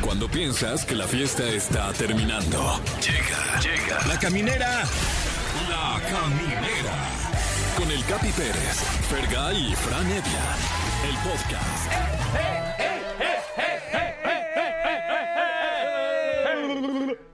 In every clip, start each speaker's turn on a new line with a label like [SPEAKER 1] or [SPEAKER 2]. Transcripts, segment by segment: [SPEAKER 1] Cuando piensas que la fiesta está terminando. Llega, llega. La caminera. La caminera. Con el Capi Pérez, Fergay y Fran Evia. El podcast.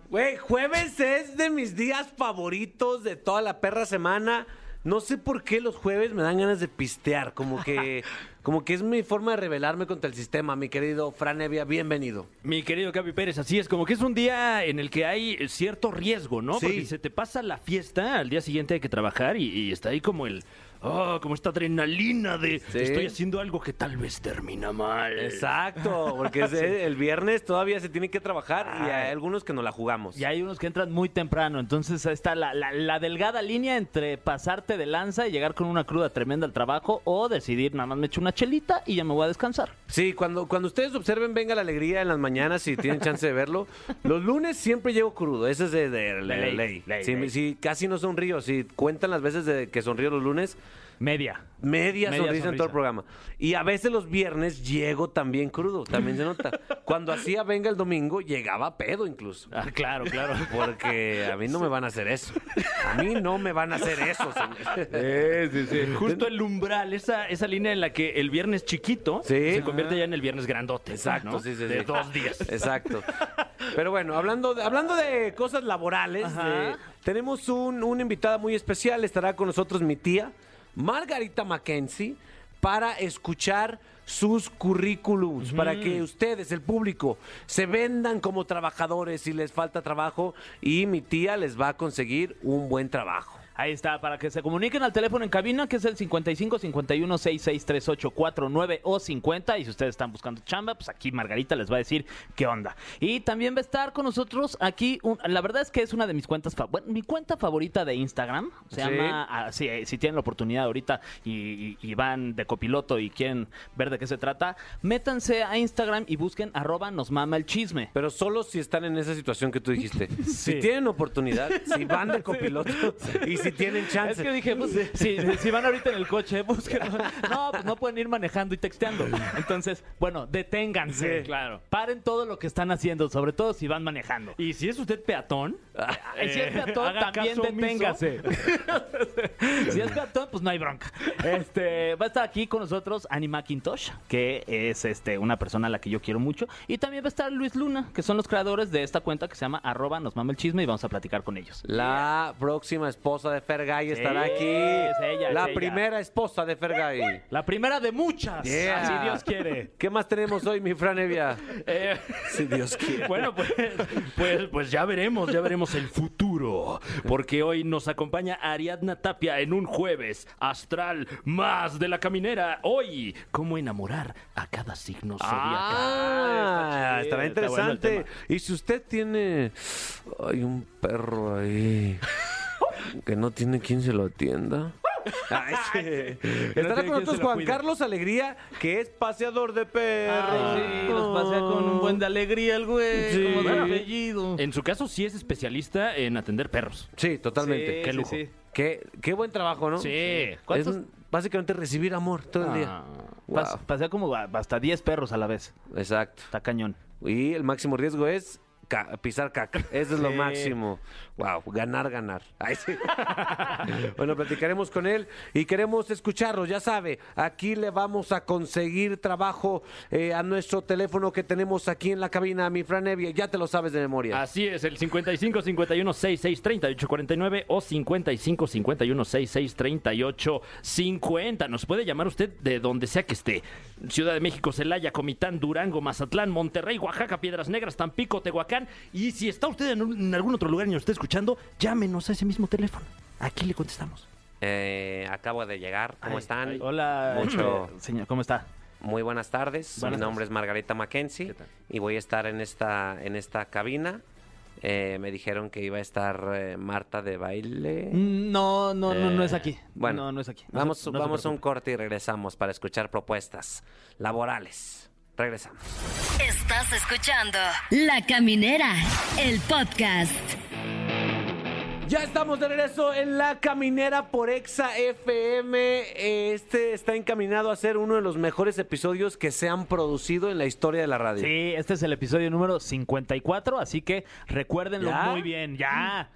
[SPEAKER 2] Güey, jueves es de mis días favoritos de toda la perra semana. No sé por qué los jueves me dan ganas de pistear, como que, como que es mi forma de rebelarme contra el sistema, mi querido Fran Evia, bienvenido.
[SPEAKER 3] Mi querido Capi Pérez, así es, como que es un día en el que hay cierto riesgo, ¿no?
[SPEAKER 2] Sí.
[SPEAKER 3] Porque se te pasa la fiesta, al día siguiente hay que trabajar y, y está ahí como el. ah, como esta adrenalina de
[SPEAKER 2] Sí.
[SPEAKER 3] estoy haciendo algo que tal vez termina mal.
[SPEAKER 2] Exacto, porque es- el viernes todavía se tiene que trabajar y hay algunos que no la jugamos.
[SPEAKER 4] Y hay unos que entran muy temprano, entonces ahí está la, la- la delgada línea entre pasarte de lanza y llegar con una cruda tremenda al trabajo o decidir nada más me echo una chelita y ya me voy a descansar.
[SPEAKER 2] Sí, cuando, cuando ustedes observen Venga la Alegría en las mañanas, si tienen chance de verlo, los lunes siempre llego crudo, eso es de, de- de
[SPEAKER 3] ley,
[SPEAKER 2] ley.
[SPEAKER 3] ley,
[SPEAKER 2] Sí,
[SPEAKER 3] ley.
[SPEAKER 2] sí, casi no sonrío, si cuentan las veces de que sonrío los lunes,
[SPEAKER 4] Media.
[SPEAKER 2] Media,
[SPEAKER 4] Media
[SPEAKER 2] sonrisa, en
[SPEAKER 4] sonrisa.
[SPEAKER 2] todo el programa. Y a veces los viernes llego también crudo, también se nota. Cuando hacía Venga el Domingo, llegaba pedo incluso.
[SPEAKER 4] Ah, claro, claro.
[SPEAKER 2] Porque a mí no me van a hacer eso. A mí no me van a hacer eso, señor.
[SPEAKER 3] Justo el umbral, esa, esa línea en la que el viernes chiquito
[SPEAKER 2] Sí.
[SPEAKER 3] se convierte ya en el viernes grandote.
[SPEAKER 2] Exacto,
[SPEAKER 3] ¿no?
[SPEAKER 2] sí, sí, sí.
[SPEAKER 3] De dos días.
[SPEAKER 2] Exacto. Pero bueno, hablando de, hablando de cosas laborales,
[SPEAKER 4] Ajá.
[SPEAKER 2] eh, tenemos un, una invitada muy especial. Estará con nosotros mi tía, Margarita Mackenzie, para escuchar sus currículums, para que ustedes, el público, se vendan como trabajadores si les falta trabajo y mi tía les va a conseguir un buen trabajo.
[SPEAKER 4] Ahí está, para que se comuniquen al teléfono en cabina, que es el 55 51 6638 49 o 50. Y si ustedes están buscando chamba, pues aquí Margarita les va a decir qué onda. Y también va a estar con nosotros aquí, un- la verdad es que es una de mis cuentas, fa- bueno, mi cuenta favorita de Instagram. Se
[SPEAKER 2] Sí.
[SPEAKER 4] llama, ah, sí, eh, si tienen la oportunidad ahorita y, y- y van de copiloto y quieren ver de qué se trata, métanse a Instagram y busquen arroba nos mama el chisme.
[SPEAKER 2] Pero solo si están en esa situación que tú dijiste. Si tienen oportunidad, si van de copiloto y si tienen
[SPEAKER 4] Es
[SPEAKER 2] chance.
[SPEAKER 4] que dije, pues, si, si van ahorita en el coche, búsquenlo. No, pues no pueden ir manejando y texteando. Entonces, bueno, deténganse.
[SPEAKER 3] Sí, claro.
[SPEAKER 4] Paren todo lo que están haciendo, sobre todo si van manejando.
[SPEAKER 3] Y si es usted peatón,
[SPEAKER 2] Ah.
[SPEAKER 4] Y si es
[SPEAKER 3] eh,
[SPEAKER 4] peatón,
[SPEAKER 3] haga
[SPEAKER 4] también
[SPEAKER 3] caso omiso.
[SPEAKER 4] deténgase. si es peatón, pues no hay bronca. Este, va a estar aquí con nosotros Annie McIntosh, que es este, una persona a la que yo quiero mucho. Y también va a estar Luis Luna, que son los creadores de esta cuenta que se llama arroba nos mama el chisme y vamos a platicar con ellos.
[SPEAKER 2] La próxima esposa de Fergay estará aquí.
[SPEAKER 4] es ella, es
[SPEAKER 2] la
[SPEAKER 4] ella.
[SPEAKER 2] primera esposa de Fergay.
[SPEAKER 4] La primera de muchas,
[SPEAKER 2] Yeah.
[SPEAKER 4] si Dios quiere.
[SPEAKER 2] ¿Qué más tenemos hoy, mi Franevia?
[SPEAKER 3] eh,
[SPEAKER 2] Si Dios quiere.
[SPEAKER 3] Bueno, pues, pues, pues ya veremos, ya veremos el futuro. Porque hoy nos acompaña Ariadna Tapia en un jueves astral más de la caminera. Hoy, cómo enamorar a cada signo
[SPEAKER 2] Ah, estará
[SPEAKER 3] zodiacal. Está chido, está bueno el
[SPEAKER 2] interesante. y si usted tiene. Hay un perro ahí. Que no tiene quien se lo atienda. Ay, sí. Estará con nosotros Juan Carlos Alegría, que es paseador de perros.
[SPEAKER 4] Ay, sí, los pasea con un buen de alegría el güey,
[SPEAKER 2] Sí.
[SPEAKER 4] como su
[SPEAKER 2] Bueno.
[SPEAKER 4] apellido.
[SPEAKER 3] En su caso, sí es especialista en atender perros.
[SPEAKER 2] Sí, totalmente.
[SPEAKER 4] Sí,
[SPEAKER 2] qué
[SPEAKER 4] sí,
[SPEAKER 2] lujo.
[SPEAKER 4] sí.
[SPEAKER 2] Qué, qué buen trabajo, ¿no?
[SPEAKER 3] Sí.
[SPEAKER 2] Es
[SPEAKER 4] ¿Cuántos? Ah,
[SPEAKER 2] básicamente recibir amor todo el día.
[SPEAKER 5] Ah,
[SPEAKER 2] Wow.
[SPEAKER 4] Pas- pasea como a- hasta 10 perros a la vez.
[SPEAKER 2] Exacto.
[SPEAKER 4] Está cañón.
[SPEAKER 2] Y el máximo riesgo es ca- pisar caca. Eso es lo
[SPEAKER 4] Sí.
[SPEAKER 2] máximo. Wow, ganar, ganar. Ay, sí. bueno, platicaremos con él y queremos escucharlo. Ya sabe, aquí le vamos a conseguir trabajo eh, a nuestro teléfono que tenemos aquí en la cabina, mi Fran Evia. Ya te lo sabes de memoria.
[SPEAKER 4] Ah,
[SPEAKER 3] Así es, el 55 51 66 38 49 o 55 51 66 38 50. Nos puede llamar usted de donde sea que esté. Ciudad de México, Celaya, Comitán, Durango, Mazatlán, Monterrey, Oaxaca, Piedras Negras, Tampico, Tehuacán. Y si está usted en, un- en algún otro lugar y nos está escuchando, llámenos a ese mismo teléfono. Aquí le contestamos.
[SPEAKER 5] Eh, acabo de llegar, ¿cómo
[SPEAKER 3] Ay,
[SPEAKER 5] están?
[SPEAKER 3] ay,
[SPEAKER 4] Hola,
[SPEAKER 5] Mucho.
[SPEAKER 4] eh, señor, ¿cómo está?
[SPEAKER 5] Muy buenas tardes,
[SPEAKER 4] Buenas
[SPEAKER 5] mi nombre es Margarita
[SPEAKER 3] ¿Qué
[SPEAKER 5] Mackenzie
[SPEAKER 3] tal?
[SPEAKER 5] y voy a estar en esta, en esta cabina. Eh, me dijeron que iba a estar eh, Marta de baile.
[SPEAKER 4] Mm, No, no, no, no es aquí.
[SPEAKER 5] Eh, Bueno,
[SPEAKER 4] no, no es aquí. No
[SPEAKER 5] vamos
[SPEAKER 4] se- no se
[SPEAKER 5] vamos a un
[SPEAKER 4] preocupe.
[SPEAKER 5] corte y regresamos para escuchar propuestas laborales. Regresamos.
[SPEAKER 6] Estás escuchando La Caminera, el podcast.
[SPEAKER 7] Ya estamos de regreso en la caminera por Exa FM. Este está encaminado a ser uno de los mejores episodios que se han producido en la historia de la radio.
[SPEAKER 4] Sí, este es el episodio número 54, así que recuérdenlo
[SPEAKER 7] ¿Ya?
[SPEAKER 4] muy bien, ya.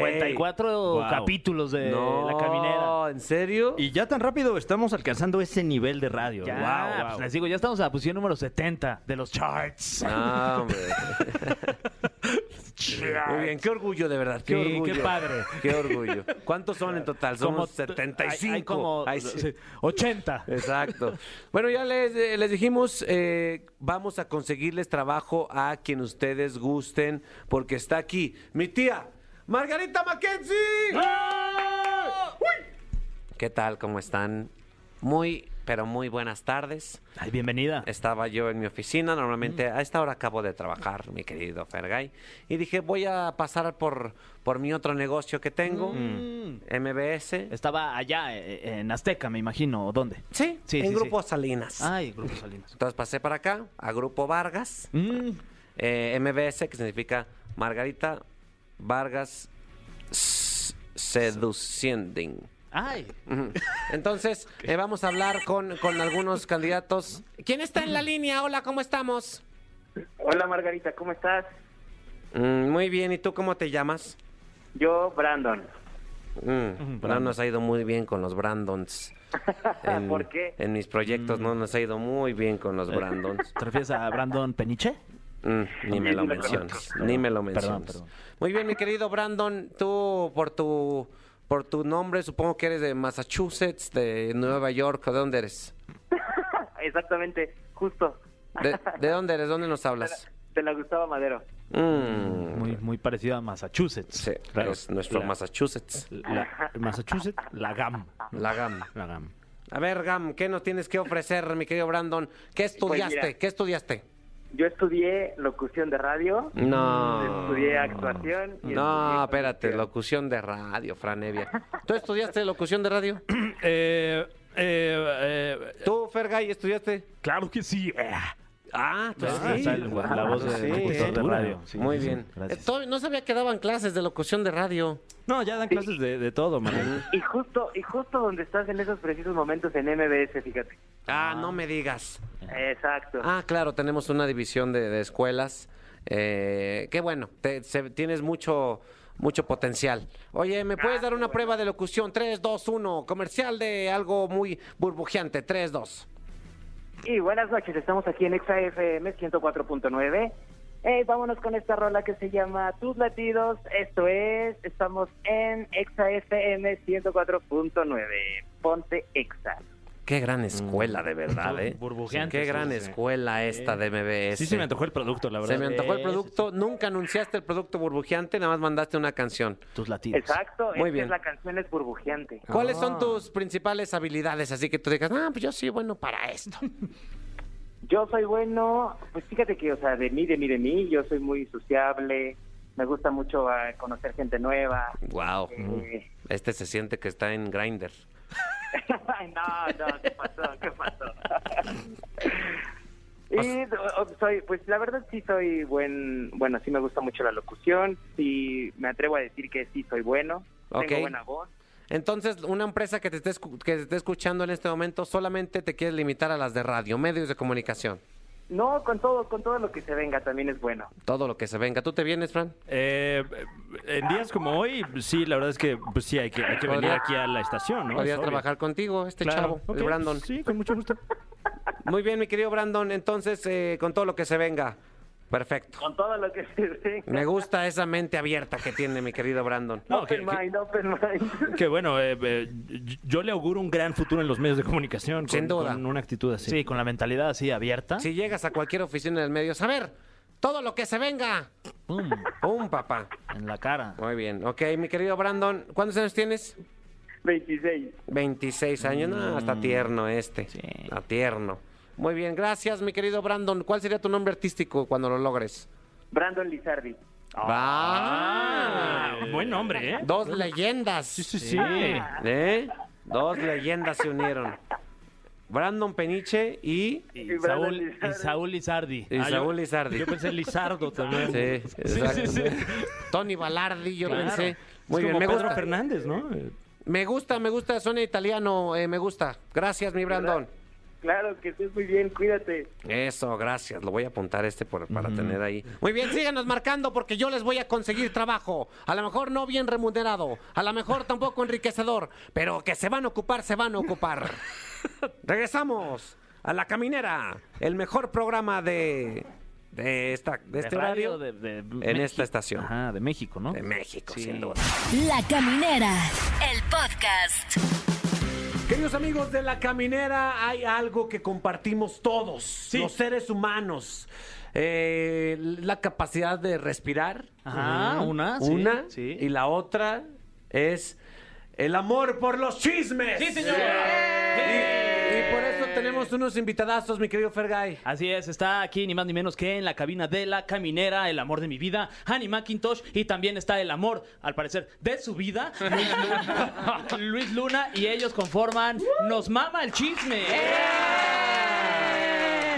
[SPEAKER 4] 54
[SPEAKER 3] Wow.
[SPEAKER 4] capítulos de La Caminera.
[SPEAKER 7] ¿En serio?
[SPEAKER 3] Y ya tan rápido estamos alcanzando ese nivel de radio.
[SPEAKER 4] Ya,
[SPEAKER 3] Guau, guau.
[SPEAKER 4] pues les digo, ya estamos en la posición número 70 de los charts.
[SPEAKER 2] Ah,
[SPEAKER 7] No, hombre. Muy bien, qué orgullo, de verdad. Qué
[SPEAKER 4] Sí, qué
[SPEAKER 7] orgullo.
[SPEAKER 4] padre.
[SPEAKER 7] Qué orgullo. ¿Cuántos son en total? Son
[SPEAKER 4] Como
[SPEAKER 7] unos 75.
[SPEAKER 4] Hay, hay como
[SPEAKER 7] Ay, sí.
[SPEAKER 4] sí, 80.
[SPEAKER 2] Eh.
[SPEAKER 7] Exacto. Bueno, ya les, eh, les dijimos, eh, vamos a conseguirles trabajo a quien ustedes gusten, porque está aquí mi tía, Margarita Mackenzie.
[SPEAKER 2] ¿Qué tal? ¿Cómo están? Muy, pero muy buenas tardes.
[SPEAKER 4] Ay, bienvenida.
[SPEAKER 2] Estaba yo en mi oficina, normalmente
[SPEAKER 4] Mm.
[SPEAKER 2] a esta hora acabo de trabajar, mi querido Fergay, y dije, voy a pasar por, por mi otro negocio que tengo,
[SPEAKER 4] Mm.
[SPEAKER 2] MBS.
[SPEAKER 4] Estaba allá eh, en Azteca, me imagino, ¿o dónde?
[SPEAKER 2] Sí,
[SPEAKER 4] Sí,
[SPEAKER 2] en
[SPEAKER 4] sí, Ah.
[SPEAKER 2] Grupo
[SPEAKER 4] sí.
[SPEAKER 2] Salinas.
[SPEAKER 4] Ay, Grupo Salinas.
[SPEAKER 2] Entonces pasé para acá, a Grupo Vargas,
[SPEAKER 4] Mm,
[SPEAKER 2] eh, MBS, que significa Margarita Vargas S- Seduciending.
[SPEAKER 4] Ay,
[SPEAKER 2] Ujú. Entonces, eh, vamos a hablar con, con algunos candidatos. ¿Quién está en la línea? Hola, ¿cómo estamos?
[SPEAKER 8] Hola Margarita, ¿cómo estás?
[SPEAKER 2] Mm, muy bien, ¿y tú cómo te llamas?
[SPEAKER 8] Yo, Brandon.
[SPEAKER 2] Mm, No nos ha ido muy bien con los Brandons. En,
[SPEAKER 8] ¿Por qué?
[SPEAKER 2] En mis proyectos no nos ha ido muy bien con los Brandons.
[SPEAKER 4] ¿te refieres a Brandon Peniche?
[SPEAKER 2] Mm, ni me lo
[SPEAKER 8] Ni me lo
[SPEAKER 2] menciones,
[SPEAKER 8] conozco.
[SPEAKER 2] ni me lo
[SPEAKER 4] Perdón,
[SPEAKER 2] menciones.
[SPEAKER 4] perdón.
[SPEAKER 2] Muy bien, mi querido Brandon, tú por tu por tu nombre supongo que eres de Massachusetts, de Nueva York, ¿o ¿de dónde eres?
[SPEAKER 8] Exactamente, justo.
[SPEAKER 2] ¿De, de dónde eres? ¿Dónnde nos hablas?
[SPEAKER 8] Te la gustaba Madero.
[SPEAKER 2] Mm,
[SPEAKER 4] Muy, muy parecido a Massachusetts.
[SPEAKER 2] sí,
[SPEAKER 3] claro.
[SPEAKER 2] es nuestro
[SPEAKER 3] Claro.
[SPEAKER 2] Massachusetts,
[SPEAKER 3] La- Massachusetts, la GAM.
[SPEAKER 2] la GAM.
[SPEAKER 3] La GAM.
[SPEAKER 2] A ver, Gam, ¿qué nos tienes que ofrecer, mi querido Brandon? ¿Qué estudiaste?
[SPEAKER 8] Pues mira.
[SPEAKER 2] ¿Qué estudiaste?
[SPEAKER 8] Yo estudié locución de radio,
[SPEAKER 2] No.
[SPEAKER 8] estudié actuación. y
[SPEAKER 2] Ah. No, ah,
[SPEAKER 8] estudié
[SPEAKER 2] espérate,
[SPEAKER 8] conducción.
[SPEAKER 2] locución de radio, Fran Evia. ¿Tú estudiaste locución de radio?
[SPEAKER 3] Eh, eh, eh,
[SPEAKER 2] ¿Tú, Fergay, estudiaste?
[SPEAKER 3] claro que sí.
[SPEAKER 2] Ah, tú
[SPEAKER 4] Ah,
[SPEAKER 2] sí.
[SPEAKER 4] está el- la voz de-
[SPEAKER 2] sí,
[SPEAKER 4] locutor de
[SPEAKER 2] ¿eh?
[SPEAKER 4] radio. Sí,
[SPEAKER 2] Muy
[SPEAKER 4] sí, sí,
[SPEAKER 2] bien.
[SPEAKER 4] gracias.
[SPEAKER 2] Eh, todavía- no sabía que daban clases de locución de radio.
[SPEAKER 3] No, ya dan clases de, de todo, man.
[SPEAKER 2] pues.
[SPEAKER 8] Y justo, y justo donde estás en esos precisos momentos en MBS, fíjate.
[SPEAKER 2] Ah, no me digas.
[SPEAKER 8] Exacto.
[SPEAKER 2] Ah, claro, tenemos una división de, de escuelas. Eh, qué bueno, te- se- tienes mucho, mucho potencial. Oye, ¿me puedes
[SPEAKER 8] Ah,
[SPEAKER 2] dar
[SPEAKER 8] qué
[SPEAKER 2] una
[SPEAKER 8] bueno.
[SPEAKER 2] prueba de locución? 3, 2, 1, comercial de algo muy burbujeante. 3, 2.
[SPEAKER 8] Y buenas noches, estamos aquí en XFM 104.9. Hey, vámonos con esta rola que se llama Tus Latidos. Esto es, estamos en XFM 104.9. Ponte Exa.
[SPEAKER 2] Qué gran escuela, de verdad, ¿eh?
[SPEAKER 3] burbujeante,
[SPEAKER 2] Qué
[SPEAKER 3] sí,
[SPEAKER 2] gran
[SPEAKER 3] sí.
[SPEAKER 2] escuela esta de MBS.
[SPEAKER 3] Sí, se me antojó el producto, la verdad.
[SPEAKER 2] Se me antojó el
[SPEAKER 4] Sí,
[SPEAKER 2] producto. Nunca anunciaste el producto burbujeante, nada más mandaste una canción.
[SPEAKER 4] Tus latidos.
[SPEAKER 8] Exacto,
[SPEAKER 2] Muy
[SPEAKER 8] esta
[SPEAKER 2] bien.
[SPEAKER 8] es la canción es burbujeante.
[SPEAKER 2] ¿Cuáles son tus principales habilidades? Así que tú digas, ah, pues yo soy bueno para esto.
[SPEAKER 8] Yo soy bueno, pues fíjate que, o sea, de mí, de mí, de mí, yo soy muy sociable, me gusta mucho ah, conocer gente nueva.
[SPEAKER 2] wow.
[SPEAKER 8] Eh,
[SPEAKER 2] Este se siente que está en Grinder.
[SPEAKER 8] Ay, no, no, ¿qué pasó? ¿Qué pasó? y o- o- soy, pues la verdad sí soy buen, bueno, sí me gusta mucho la locución, sí me atrevo a decir que sí soy bueno,
[SPEAKER 2] Ok.
[SPEAKER 8] tengo buena voz.
[SPEAKER 2] Entonces, una empresa que te, esté escu- que te esté escuchando en este momento solamente te quieres limitar a las de radio, medios de comunicación,
[SPEAKER 8] No, con todo, con todo lo que se venga también es bueno.
[SPEAKER 2] todo lo que se venga. ¿Tú te vienes, Fran?
[SPEAKER 3] Eh, en días como hoy, sí, la verdad es que pues, sí, hay que, hay que venir
[SPEAKER 2] Podría-
[SPEAKER 3] aquí a la estación, ¿no?
[SPEAKER 2] Podría
[SPEAKER 3] Es obvio.
[SPEAKER 2] trabajar contigo, este
[SPEAKER 3] Claro.
[SPEAKER 2] chavo,
[SPEAKER 3] Ok,
[SPEAKER 2] el Brandon.
[SPEAKER 3] Sí, con mucho gusto.
[SPEAKER 2] Muy bien, mi querido Brandon. Entonces, eh, con todo lo que se venga. Perfecto.
[SPEAKER 8] Con todo lo que se venga.
[SPEAKER 2] Me gusta esa mente abierta que tiene mi querido Brandon.
[SPEAKER 3] No, que,
[SPEAKER 8] Open
[SPEAKER 3] que-
[SPEAKER 8] mind, open mind.
[SPEAKER 3] que bueno, eh, eh, yo le auguro un gran futuro en los medios de comunicación. con-
[SPEAKER 2] Sin duda.
[SPEAKER 3] Con una actitud así.
[SPEAKER 4] Sí, con la mentalidad así abierta.
[SPEAKER 2] Si llegas a cualquier oficina del medio, a ver, todo lo que se venga.
[SPEAKER 4] ¡Pum!
[SPEAKER 2] Un papá.
[SPEAKER 4] En la cara.
[SPEAKER 2] Muy bien. Ok, mi querido Brandon, ¿cuántos años tienes?
[SPEAKER 8] 26.
[SPEAKER 2] 26 años. No,
[SPEAKER 3] Mm.
[SPEAKER 2] está tierno este.
[SPEAKER 4] Sí.
[SPEAKER 2] Está tierno. Muy bien, gracias, mi querido Brandon. ¿Cuál sería tu nombre artístico cuando lo logres?
[SPEAKER 8] Brandon Lizardi.
[SPEAKER 2] Va.
[SPEAKER 3] Ah, buen hombre, ¿eh?
[SPEAKER 2] Dos leyendas.
[SPEAKER 3] Sí, sí, sí.
[SPEAKER 2] ¿Eh? Dos leyendas se unieron. Brandon Peniche y,
[SPEAKER 4] Y
[SPEAKER 8] Brandon
[SPEAKER 4] Saúl, y
[SPEAKER 8] Lizardi.
[SPEAKER 4] Saúl Lizardi.
[SPEAKER 2] y
[SPEAKER 3] Ah, yo-
[SPEAKER 2] Saúl Lizardi.
[SPEAKER 3] Yo pensé Lizardo también.
[SPEAKER 2] Sí,
[SPEAKER 3] sí,
[SPEAKER 2] exacto.
[SPEAKER 3] sí.
[SPEAKER 2] Tony Balardi, yo
[SPEAKER 3] Claro.
[SPEAKER 2] pensé. Muy
[SPEAKER 3] es
[SPEAKER 2] bien,
[SPEAKER 3] como
[SPEAKER 2] me
[SPEAKER 3] Pedro
[SPEAKER 2] gusta.
[SPEAKER 3] Fernández, ¿no? Eh,
[SPEAKER 2] Me gusta, me gusta, suena italiano, eh, me gusta. Gracias, mi Brandon.
[SPEAKER 8] Claro, que estés muy bien, cuídate.
[SPEAKER 2] Eso, gracias. Lo voy a apuntar este por- para tener ahí. Muy bien, síganos marcando porque yo les voy a conseguir trabajo. A lo mejor no bien remunerado, a lo mejor tampoco enriquecedor, pero que se van a ocupar, se van a ocupar. Regresamos a La Caminera, el mejor programa de, de, esta, de este horario
[SPEAKER 4] de, de
[SPEAKER 2] en
[SPEAKER 4] México.
[SPEAKER 2] esta estación
[SPEAKER 4] Ajá, de México, ¿no?
[SPEAKER 2] de México,
[SPEAKER 4] Sí.
[SPEAKER 2] sin duda.
[SPEAKER 6] La Caminera, el podcast.
[SPEAKER 2] Queridos amigos de La Caminera, hay algo que compartimos todos, los seres humanos. Eh, la capacidad de respirar.
[SPEAKER 4] Ajá, una, sí,
[SPEAKER 2] Una.
[SPEAKER 4] sí.
[SPEAKER 2] Y la otra es el amor por los chismes. Sí, señor. Y, y por eso tenemos unos invitadazos, mi querido Fergay.
[SPEAKER 4] Así es, está aquí ni más ni menos que en la cabina de la caminera, el amor de mi vida, Annie McIntosh, y también está el amor, al parecer, de su vida, Luis Luna, Luis Luna, y ellos conforman Nos Mama el Chisme.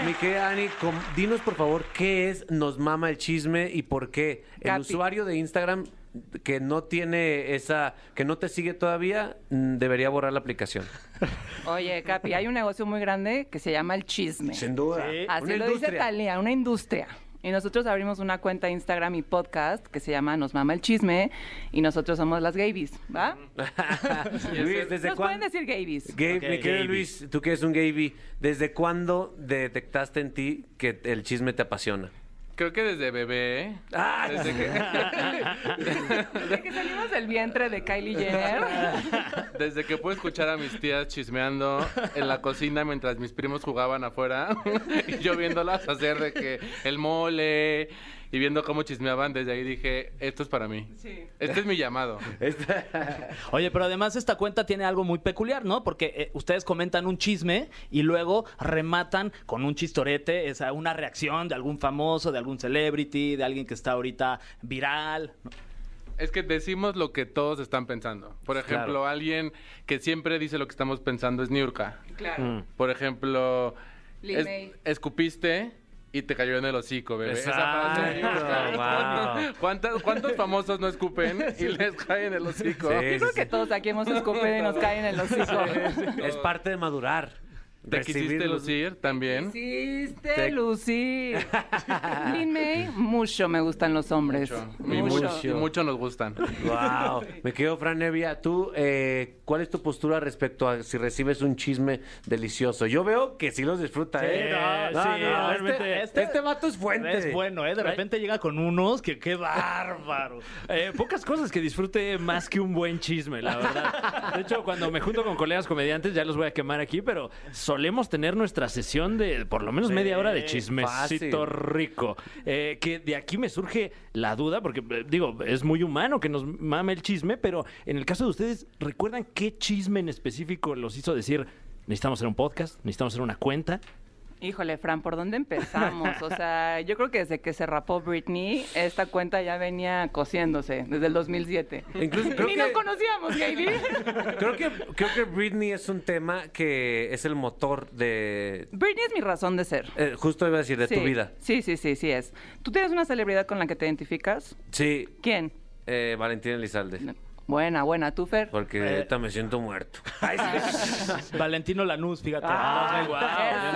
[SPEAKER 2] Mi querida Ani, com- dinos por favor qué es Nos Mama el Chisme y por qué el
[SPEAKER 9] Katy.
[SPEAKER 2] usuario de Instagram que no tiene esa, que no te sigue todavía, mm, debería borrar la aplicación.
[SPEAKER 10] Oye, Capi, hay un negocio muy grande que se llama el chisme.
[SPEAKER 2] duda.
[SPEAKER 10] Así lo dice Talía, una industria. Y nosotros abrimos una cuenta de Instagram y podcast que se llama Nos Mama el Chisme y nosotros somos las gabies, ¿va?
[SPEAKER 2] Luis, ¿desde
[SPEAKER 10] Nos pueden
[SPEAKER 2] cuándo?
[SPEAKER 10] decir gabies.
[SPEAKER 2] Gabe, mi
[SPEAKER 4] Ok.
[SPEAKER 2] querido
[SPEAKER 4] Gaby.
[SPEAKER 2] Luis, tú que eres un gayby, ¿desde cuándo detectaste en ti que el chisme te apasiona?
[SPEAKER 5] Creo que desde bebé, ¿eh?
[SPEAKER 2] Ah,
[SPEAKER 5] Desde que,
[SPEAKER 10] Desde que salimos del vientre de Kylie Jenner.
[SPEAKER 5] desde que puedo escuchar a mis tías chismeando en la cocina mientras mis primos jugaban afuera y yo viéndolas hacer de que el mole y viendo cómo chismeaban, desde ahí dije, esto es para mí.
[SPEAKER 10] Sí.
[SPEAKER 5] Este es mi llamado.
[SPEAKER 4] Oye, pero además esta cuenta tiene algo muy peculiar, ¿no? Porque eh, ustedes comentan un chisme y luego rematan con un chistorete, esa, una reacción de algún famoso, de algún celebrity, de alguien que está ahorita viral.
[SPEAKER 5] Es que decimos lo que todos están pensando. Por ejemplo, alguien que siempre dice lo que estamos pensando es Niurka.
[SPEAKER 10] Claro.
[SPEAKER 5] Por ejemplo,
[SPEAKER 10] Lin
[SPEAKER 5] es-
[SPEAKER 10] May.
[SPEAKER 5] escupiste y te cayó en el hocico, bebé. Esa frase de
[SPEAKER 2] Exacto,
[SPEAKER 5] Niurka.
[SPEAKER 2] wow.
[SPEAKER 5] ¿Cuántas- ¿Cuántos famosos no escupen y les cae en el hocico?
[SPEAKER 2] Sí,
[SPEAKER 10] Yo creo que todos aquí hemos escupido y nos caen en los hijos.
[SPEAKER 2] Es parte de madurar.
[SPEAKER 5] ¿Te quisiste
[SPEAKER 2] Recibir los-
[SPEAKER 5] lucir también?
[SPEAKER 10] Hiciste lucir. Lin May, mucho me gustan los hombres.
[SPEAKER 5] Y
[SPEAKER 10] Mucho.
[SPEAKER 5] mucho, y mucho nos gustan.
[SPEAKER 2] Wow, me quedo Fran Evia. Tú, eh, ¿cuál es tu postura respecto a si recibes un chisme delicioso? Yo veo que sí los disfruta, ¿eh?
[SPEAKER 3] no, sí, realmente
[SPEAKER 2] este,
[SPEAKER 3] este-
[SPEAKER 2] este vato es fuente.
[SPEAKER 4] Es bueno, ¿eh? De repente llega con unos que qué bárbaro.
[SPEAKER 3] Eh, pocas cosas que disfrute más que un buen chisme, la verdad. De hecho, cuando me junto con colegas comediantes, ya los voy a quemar aquí, pero solemos tener nuestra sesión de por lo menos media hora de chismecito
[SPEAKER 2] fácil.
[SPEAKER 3] rico. Eh, que de aquí me surge la duda, porque eh, digo, es muy humano que nos mame el chisme, pero en el caso de ustedes, ¿recuerdan qué chisme en específico los hizo decir? Necesitamos hacer un podcast, necesitamos hacer una cuenta.
[SPEAKER 10] Híjole, Fran, ¿por dónde empezamos? O sea, yo creo que desde que se rapó Britney, esta cuenta ya venía cosiéndose desde el 2007.
[SPEAKER 2] Incluso creo
[SPEAKER 10] Ni
[SPEAKER 2] que-
[SPEAKER 10] nos conocíamos, Katie.
[SPEAKER 2] Creo que, creo que Britney es un tema que es el motor de.
[SPEAKER 10] Britney es mi razón de ser.
[SPEAKER 2] eh, justo iba a decir, de tu
[SPEAKER 10] Sí.
[SPEAKER 2] vida.
[SPEAKER 10] Sí, sí, sí, sí es. ¿Tú tienes una celebridad con la que te identificas?
[SPEAKER 2] Sí,
[SPEAKER 10] ¿Quién?
[SPEAKER 2] eh, Valentín Elizalde.
[SPEAKER 10] Buena, buena. ¿Tú, Fer?
[SPEAKER 2] Porque ahorita me siento muerto.
[SPEAKER 4] Valentino Lanús, fíjate. Ah, Los
[SPEAKER 10] wow.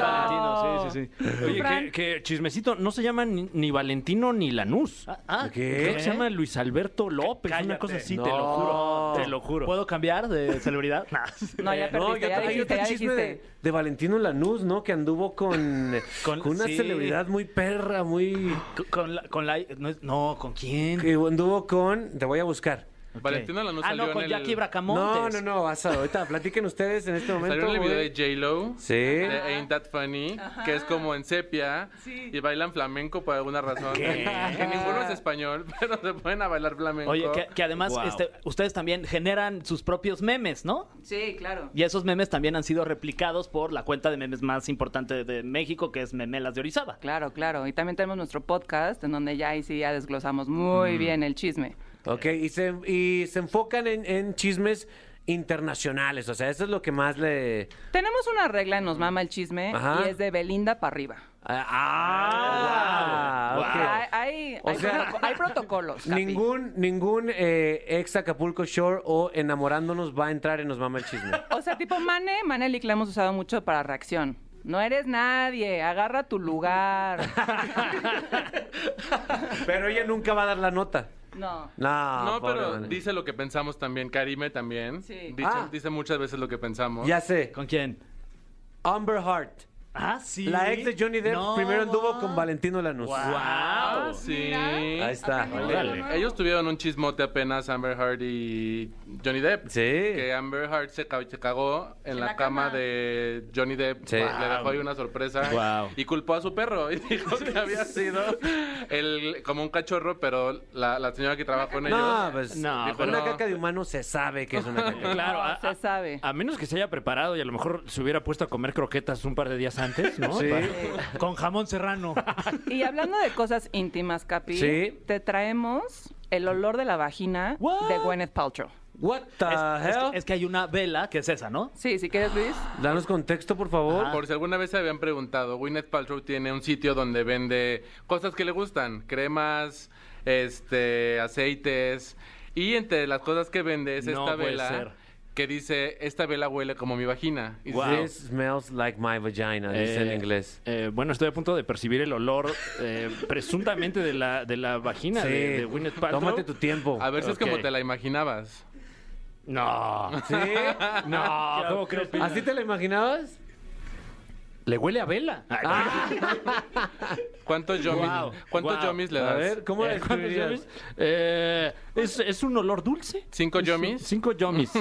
[SPEAKER 4] Valentino, sí, sí, sí.
[SPEAKER 5] Eh,
[SPEAKER 3] Oye,
[SPEAKER 10] Fran.
[SPEAKER 3] que, que chismecito no se llama ni, ni Valentino ni Lanús.
[SPEAKER 4] ah,
[SPEAKER 2] ¿Qué?
[SPEAKER 3] Creo que se llama Luis Alberto López, una cosa así, te lo juro, te lo juro.
[SPEAKER 4] ¿Puedo cambiar de celebridad? Nah.
[SPEAKER 10] No, ya
[SPEAKER 2] Eh, No,
[SPEAKER 10] perdiste,
[SPEAKER 2] yo
[SPEAKER 10] ya
[SPEAKER 2] hay
[SPEAKER 10] dijiste,
[SPEAKER 2] otro
[SPEAKER 10] ya
[SPEAKER 2] chisme de,
[SPEAKER 10] dijiste.
[SPEAKER 2] de Valentino Lanús, ¿no? Que anduvo con, con,
[SPEAKER 4] Con-
[SPEAKER 2] una
[SPEAKER 4] sí.
[SPEAKER 2] celebridad muy perra, muy...
[SPEAKER 4] Con- Con la, con la- no, es- no, ¿con quién?
[SPEAKER 2] Que anduvo con... Te voy a buscar.
[SPEAKER 5] Valentino Lanús
[SPEAKER 4] ah,
[SPEAKER 5] salió
[SPEAKER 4] no, con
[SPEAKER 5] en el...
[SPEAKER 4] Jackie
[SPEAKER 2] No,
[SPEAKER 4] Bracamontes.
[SPEAKER 2] no, no, vas a... Ahorita platiquen ustedes en este momento.
[SPEAKER 5] Salió en el video
[SPEAKER 2] voy-
[SPEAKER 5] de J-Lo.
[SPEAKER 2] Sí.
[SPEAKER 5] De Ain't That Funny, que es como en sepia
[SPEAKER 10] Sí.
[SPEAKER 5] y bailan flamenco por alguna razón. Que ninguno es español, pero se pueden a bailar flamenco.
[SPEAKER 4] Oye, que, que además
[SPEAKER 3] Wow.
[SPEAKER 4] este, ustedes también generan sus propios memes, ¿no?
[SPEAKER 10] Sí, claro.
[SPEAKER 4] Y esos memes también han sido replicados por la cuenta de memes más importante de México, que es Memelas de Orizaba.
[SPEAKER 10] Claro, claro. Y también tenemos nuestro podcast en donde ya ahí sí ya desglosamos muy bien el chisme.
[SPEAKER 2] Ok, y se, y se enfocan en, en chismes internacionales. O sea, eso es lo que más le...
[SPEAKER 10] Tenemos una regla en Nos Mama el Chisme
[SPEAKER 2] Ajá.
[SPEAKER 10] y es de Belinda para arriba.
[SPEAKER 2] ¡Ah!
[SPEAKER 3] Wow.
[SPEAKER 10] Hay, hay-
[SPEAKER 2] O
[SPEAKER 10] hay
[SPEAKER 2] sea,
[SPEAKER 10] protoco- hay protocolos. Capi.
[SPEAKER 2] Ningún, ningún eh, ex Acapulco Shore o enamorándonos va a entrar en Nos Mama el Chisme.
[SPEAKER 10] O sea, tipo Mane, Manelik la hemos usado mucho para reacción. No eres nadie, agarra tu lugar.
[SPEAKER 2] Pero ella nunca va a dar la nota.
[SPEAKER 10] No.
[SPEAKER 2] No,
[SPEAKER 5] No,
[SPEAKER 2] pobre
[SPEAKER 5] pero
[SPEAKER 2] Manuel.
[SPEAKER 5] dice lo que pensamos también. Karime
[SPEAKER 3] ¿Mm?
[SPEAKER 5] también.
[SPEAKER 10] Sí.
[SPEAKER 5] Dice,
[SPEAKER 2] Ah.
[SPEAKER 5] dice muchas veces lo que pensamos.
[SPEAKER 2] Ya sé,
[SPEAKER 3] ¿Con quién?
[SPEAKER 2] Amber Heart.
[SPEAKER 3] Ah, sí.
[SPEAKER 2] La ex de Johnny Depp
[SPEAKER 3] No,
[SPEAKER 2] primero anduvo
[SPEAKER 3] ma.
[SPEAKER 2] con Valentino Lanús.
[SPEAKER 5] Ah,
[SPEAKER 3] ¡Wow!
[SPEAKER 5] sí.
[SPEAKER 2] Ahí está.
[SPEAKER 3] Órale.
[SPEAKER 5] Ellos tuvieron un chismote apenas, Amber Heard y Johnny Depp.
[SPEAKER 2] Sí.
[SPEAKER 5] Que Amber Heard se, ca- se cagó en la,
[SPEAKER 10] la
[SPEAKER 5] cama,
[SPEAKER 10] cama.
[SPEAKER 5] de Johnny Depp.
[SPEAKER 2] Sí.
[SPEAKER 5] Le dejó ahí una sorpresa.
[SPEAKER 3] Wow.
[SPEAKER 5] Y culpó a su perro. Y dijo que había sido el, como un cachorro, pero la, la señora que trabaja con ellos.
[SPEAKER 2] No, pues
[SPEAKER 3] No,
[SPEAKER 2] dijo,
[SPEAKER 5] pero-
[SPEAKER 2] una caca de humano se sabe que es una caca. de
[SPEAKER 3] Claro,
[SPEAKER 10] No,
[SPEAKER 3] a-
[SPEAKER 10] se sabe.
[SPEAKER 3] A menos que se haya preparado y a lo mejor se hubiera puesto a comer croquetas un par de días antes, ¿no?
[SPEAKER 2] Sí.
[SPEAKER 4] Con jamón serrano.
[SPEAKER 10] Y hablando de cosas íntimas, Capi,
[SPEAKER 2] Sí.
[SPEAKER 10] te traemos el olor de la vagina
[SPEAKER 4] What?
[SPEAKER 10] de Gwyneth Paltrow.
[SPEAKER 2] What the
[SPEAKER 4] Es, es
[SPEAKER 2] hell?
[SPEAKER 4] que, es que hay una vela que es esa, ¿no?
[SPEAKER 10] Sí, si quieres, Luis.
[SPEAKER 2] Danos contexto, por favor.
[SPEAKER 5] Por si alguna vez se habían preguntado, Gwyneth Paltrow tiene un sitio donde vende cosas que le gustan, cremas, este, aceites, y entre las cosas que vende es
[SPEAKER 3] No pues, eh.
[SPEAKER 5] esta
[SPEAKER 3] puede
[SPEAKER 5] vela
[SPEAKER 3] ser.
[SPEAKER 5] que dice, esta vela huele como mi vagina. Y
[SPEAKER 2] This smells like my vagina, dice en
[SPEAKER 3] Eh,
[SPEAKER 2] inglés.
[SPEAKER 3] eh, bueno, estoy a punto de percibir el olor eh, presuntamente de la, de la vagina
[SPEAKER 2] Sí.
[SPEAKER 3] de, de Gwyneth Paltrow.
[SPEAKER 2] Tómate tu tiempo.
[SPEAKER 5] a ver si es como
[SPEAKER 3] Ok.
[SPEAKER 5] te la imaginabas.
[SPEAKER 3] No.
[SPEAKER 2] ¿Sí?
[SPEAKER 3] No, ¿cómo crees?
[SPEAKER 2] ¿Así te la imaginabas? Ah,
[SPEAKER 3] ¿Le huele a vela?
[SPEAKER 5] ¿Cuántos yomis,
[SPEAKER 3] Guau,
[SPEAKER 5] ¿cuántos
[SPEAKER 3] guau.
[SPEAKER 5] yomis le
[SPEAKER 2] A
[SPEAKER 5] das?
[SPEAKER 2] ver, ¿cómo la
[SPEAKER 3] Eh, ¿cuántos
[SPEAKER 2] describirías?
[SPEAKER 3] yomis? Eh, ¿es, es un olor dulce?
[SPEAKER 5] ¿Cinco
[SPEAKER 3] Es-
[SPEAKER 5] yomis?
[SPEAKER 3] Cinco yomis.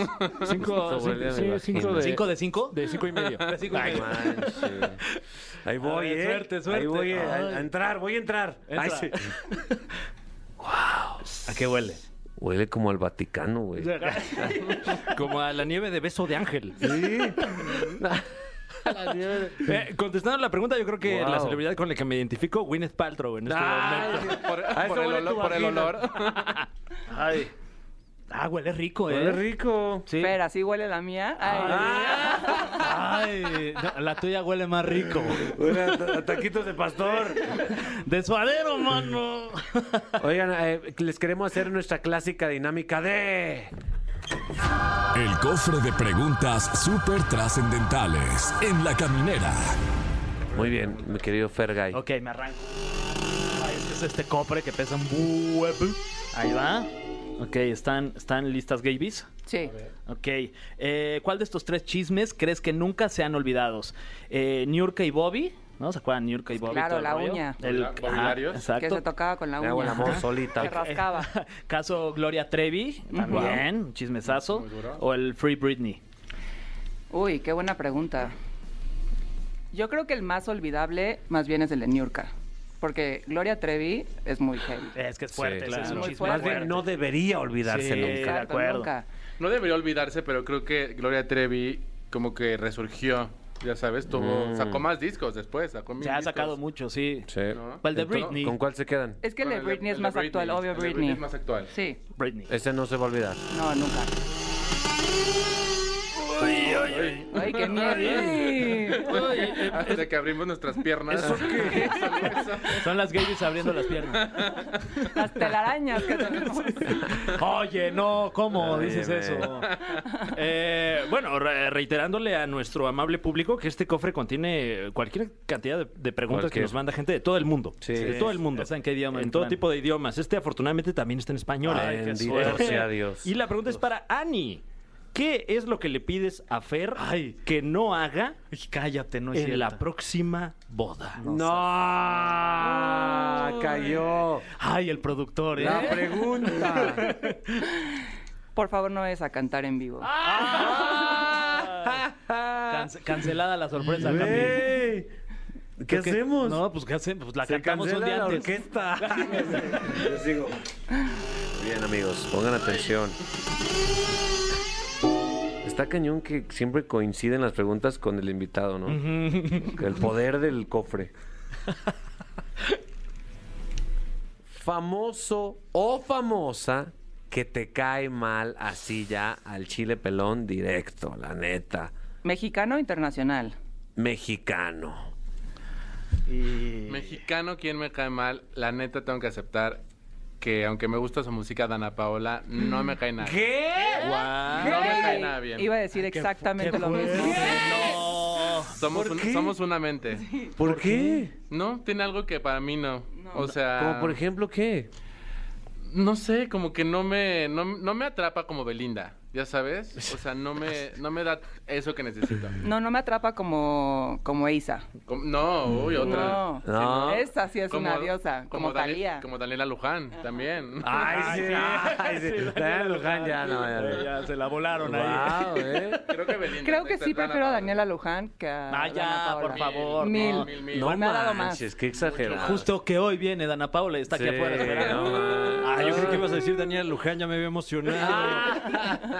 [SPEAKER 3] Cinco,
[SPEAKER 2] Se huele a mi
[SPEAKER 3] sí, cinco de,
[SPEAKER 4] ¿Cinco de cinco?
[SPEAKER 3] de cinco y medio.
[SPEAKER 4] cinco y
[SPEAKER 2] Ay,
[SPEAKER 4] medio.
[SPEAKER 2] manche. Ahí voy,
[SPEAKER 4] ver,
[SPEAKER 2] ¿eh?
[SPEAKER 4] suerte, suerte.
[SPEAKER 2] Ahí voy eh, a,
[SPEAKER 4] Ay.
[SPEAKER 2] a entrar, voy a entrar.
[SPEAKER 4] Entra.
[SPEAKER 2] Ay, sí.
[SPEAKER 4] ¿A qué huele?
[SPEAKER 2] Huele como al Vaticano, güey.
[SPEAKER 3] Como a la nieve de beso de ángel.
[SPEAKER 2] Sí.
[SPEAKER 3] Eh, contestando la pregunta, yo creo que
[SPEAKER 2] Wow.
[SPEAKER 3] la celebridad con la que me identifico, Gwyneth Paltrow en este
[SPEAKER 2] Ah,
[SPEAKER 3] momento.
[SPEAKER 5] Por,
[SPEAKER 2] A
[SPEAKER 5] por
[SPEAKER 2] eso
[SPEAKER 5] el
[SPEAKER 2] huele
[SPEAKER 5] olor,
[SPEAKER 2] tu
[SPEAKER 5] por el
[SPEAKER 2] vagina.
[SPEAKER 5] olor.
[SPEAKER 4] Ah, huele rico, ¿eh?
[SPEAKER 2] Huele rico.
[SPEAKER 4] Sí.
[SPEAKER 10] Espera, ¿sí huele la mía? Ay,
[SPEAKER 2] Ah.
[SPEAKER 4] Ay, no, la tuya huele más rico.
[SPEAKER 2] Huele a ta- a taquitos de pastor.
[SPEAKER 4] De suadero, mano.
[SPEAKER 2] Oigan, eh, les queremos hacer nuestra clásica dinámica de...
[SPEAKER 1] El cofre de preguntas súper trascendentales en la caminera.
[SPEAKER 2] Muy bien, mi querido Fergay.
[SPEAKER 4] Ok, me arranco. Ay, es que es este cofre que pesa un huevo. Ahí va. Ok, ¿están, están listas, Gabies?
[SPEAKER 10] sí.
[SPEAKER 4] Ok. eh, ¿Cuál de estos tres chismes crees que nunca se han olvidados? Eh, Niurka y Bobby. ¿No se acuerdan Niurka y Bobby?
[SPEAKER 10] Pues Claro,
[SPEAKER 4] todo el
[SPEAKER 10] la
[SPEAKER 4] rollo?
[SPEAKER 10] uña.
[SPEAKER 4] El,
[SPEAKER 5] Bobila- bobilarios.
[SPEAKER 4] ajá,
[SPEAKER 10] Que se
[SPEAKER 4] exacto.
[SPEAKER 10] tocaba con la
[SPEAKER 2] Me hago el
[SPEAKER 10] uña.
[SPEAKER 2] amor
[SPEAKER 10] Ajá.
[SPEAKER 2] solita.
[SPEAKER 10] Se rascaba.
[SPEAKER 4] Caso Gloria Trevi, también, un chismesazo. O el Free Britney.
[SPEAKER 10] Uy, qué buena pregunta. Yo creo que el más olvidable más bien es el de Niurka. Porque Gloria Trevi es muy heavy.
[SPEAKER 4] Es que es fuerte,
[SPEAKER 2] Sí,
[SPEAKER 4] ese es un
[SPEAKER 10] claro.
[SPEAKER 4] chisme
[SPEAKER 10] Muy
[SPEAKER 2] Más
[SPEAKER 10] fuerte.
[SPEAKER 2] bien, no debería olvidarse
[SPEAKER 4] Sí.
[SPEAKER 2] nunca.
[SPEAKER 4] de
[SPEAKER 10] Exacto,
[SPEAKER 4] acuerdo.
[SPEAKER 10] nunca.
[SPEAKER 5] No debería olvidarse, pero creo que Gloria Trevi como que resurgió. Ya sabes, tuvo, sacó más discos después, sacó mil
[SPEAKER 4] Se ha
[SPEAKER 5] discos,
[SPEAKER 4] sacado mucho, sí. Pues
[SPEAKER 5] ¿no?
[SPEAKER 4] El de
[SPEAKER 2] Entonces,
[SPEAKER 4] Britney.
[SPEAKER 2] Eh, ¿Con cuál se quedan?
[SPEAKER 10] Es que el de
[SPEAKER 5] Bueno, el de-
[SPEAKER 10] Britney es
[SPEAKER 5] el de
[SPEAKER 10] más
[SPEAKER 5] Britney,
[SPEAKER 10] actual, obvio
[SPEAKER 5] el de Britney
[SPEAKER 10] Britney.
[SPEAKER 5] es más actual.
[SPEAKER 10] Sí,
[SPEAKER 4] Britney.
[SPEAKER 2] Ese no se va a olvidar.
[SPEAKER 10] no, nunca. Uy, uy, uy. Ay, eh, qué miedo.
[SPEAKER 5] Hasta que abrimos nuestras piernas.
[SPEAKER 4] Son las gays abriendo las piernas.
[SPEAKER 10] Las telarañas que tenemos.
[SPEAKER 4] Oye, no, ¿cómo
[SPEAKER 2] Ay,
[SPEAKER 4] dices
[SPEAKER 2] me-
[SPEAKER 4] eso?
[SPEAKER 3] Eh, bueno, re- reiterándole a nuestro amable público que este cofre contiene cualquier cantidad de, de preguntas que
[SPEAKER 2] Cualquier.
[SPEAKER 3] nos manda gente de todo el mundo. De todo el mundo.
[SPEAKER 4] ¿Esa en qué idioma?
[SPEAKER 3] En todo
[SPEAKER 4] Fran?
[SPEAKER 3] tipo de idiomas. Este afortunadamente también está en español.
[SPEAKER 4] Ay,
[SPEAKER 3] Eh.
[SPEAKER 4] qué
[SPEAKER 2] Bendito
[SPEAKER 4] suerte.
[SPEAKER 2] sea Dios.
[SPEAKER 3] Y la pregunta es para Ani. ¿Qué es lo que le pides a Fer
[SPEAKER 4] Ay.
[SPEAKER 3] que no haga
[SPEAKER 4] Ay, cállate, no
[SPEAKER 3] en
[SPEAKER 4] es cierto.
[SPEAKER 3] la próxima boda?
[SPEAKER 2] No, Ah, cayó.
[SPEAKER 4] Ay, el productor, ¿eh?
[SPEAKER 2] La pregunta.
[SPEAKER 10] Por favor, no vayas a cantar en vivo.
[SPEAKER 5] Ah.
[SPEAKER 4] Cance- cancelada la sorpresa, Capi.
[SPEAKER 2] Ey, ¿Qué
[SPEAKER 4] ¿Qué-
[SPEAKER 2] hacemos?
[SPEAKER 4] No, pues ¿qué hacemos? Pues la
[SPEAKER 2] se
[SPEAKER 4] cantamos un
[SPEAKER 2] cancela
[SPEAKER 4] día
[SPEAKER 2] la
[SPEAKER 4] antes.
[SPEAKER 2] orquesta. Yo sigo. Bien, amigos, pongan atención. Está cañón que siempre coinciden las preguntas con el invitado, ¿no? El poder del cofre. Famoso o famosa que te cae mal así ya al chile pelón directo, la neta.
[SPEAKER 10] Mexicano o internacional.
[SPEAKER 2] Mexicano.
[SPEAKER 4] Y...
[SPEAKER 5] Mexicano, ¿quién me cae mal? La neta tengo que aceptar que aunque me gusta su música, Dana Paola, no me cae nada.
[SPEAKER 4] ¿Qué?
[SPEAKER 5] No me cae nada bien.
[SPEAKER 11] Iba a decir exactamente lo mismo.
[SPEAKER 5] Somos, un- somos una mente.
[SPEAKER 2] ¿Por qué? Ah.
[SPEAKER 5] No, tiene algo que para mí no. O sea,
[SPEAKER 2] Como por ejemplo, ¿qué?
[SPEAKER 5] no sé, como que no me, no, no me atrapa como Belinda, ya sabes. O sea, no me, no me da eso que necesito.
[SPEAKER 11] No, no me atrapa como, como Isa.
[SPEAKER 5] Como- No, uy, otra.
[SPEAKER 11] No.
[SPEAKER 5] Sí, no.
[SPEAKER 10] Ah.
[SPEAKER 11] Esa sí es una diosa, como,
[SPEAKER 5] Dani-
[SPEAKER 11] Talía.
[SPEAKER 5] como Daniela Luján, también.
[SPEAKER 2] Ah. Ay, sí, ay, sí. Daniela Luján ya no, ya no.
[SPEAKER 3] Ya se la volaron ahí.
[SPEAKER 2] Guau, ¿eh?
[SPEAKER 5] Creo que Belinda.
[SPEAKER 11] Creo que
[SPEAKER 5] neta,
[SPEAKER 11] sí
[SPEAKER 5] Dana
[SPEAKER 11] prefiero a
[SPEAKER 5] Paola.
[SPEAKER 11] Daniela Luján que a
[SPEAKER 4] Ah, ya,
[SPEAKER 11] Dana Paola.
[SPEAKER 4] por favor,
[SPEAKER 11] Mil. Pues
[SPEAKER 5] no. Mil, mil.
[SPEAKER 11] No me ha dado más.
[SPEAKER 2] manches, qué exagerado.
[SPEAKER 4] Justo que hoy viene Dana Paula y está
[SPEAKER 2] Sí,
[SPEAKER 4] aquí afuera. esperando.
[SPEAKER 2] no manches.
[SPEAKER 3] Ah, yo creo que ibas a decir Daniela Luján, ya me había emocionado.
[SPEAKER 2] Ah.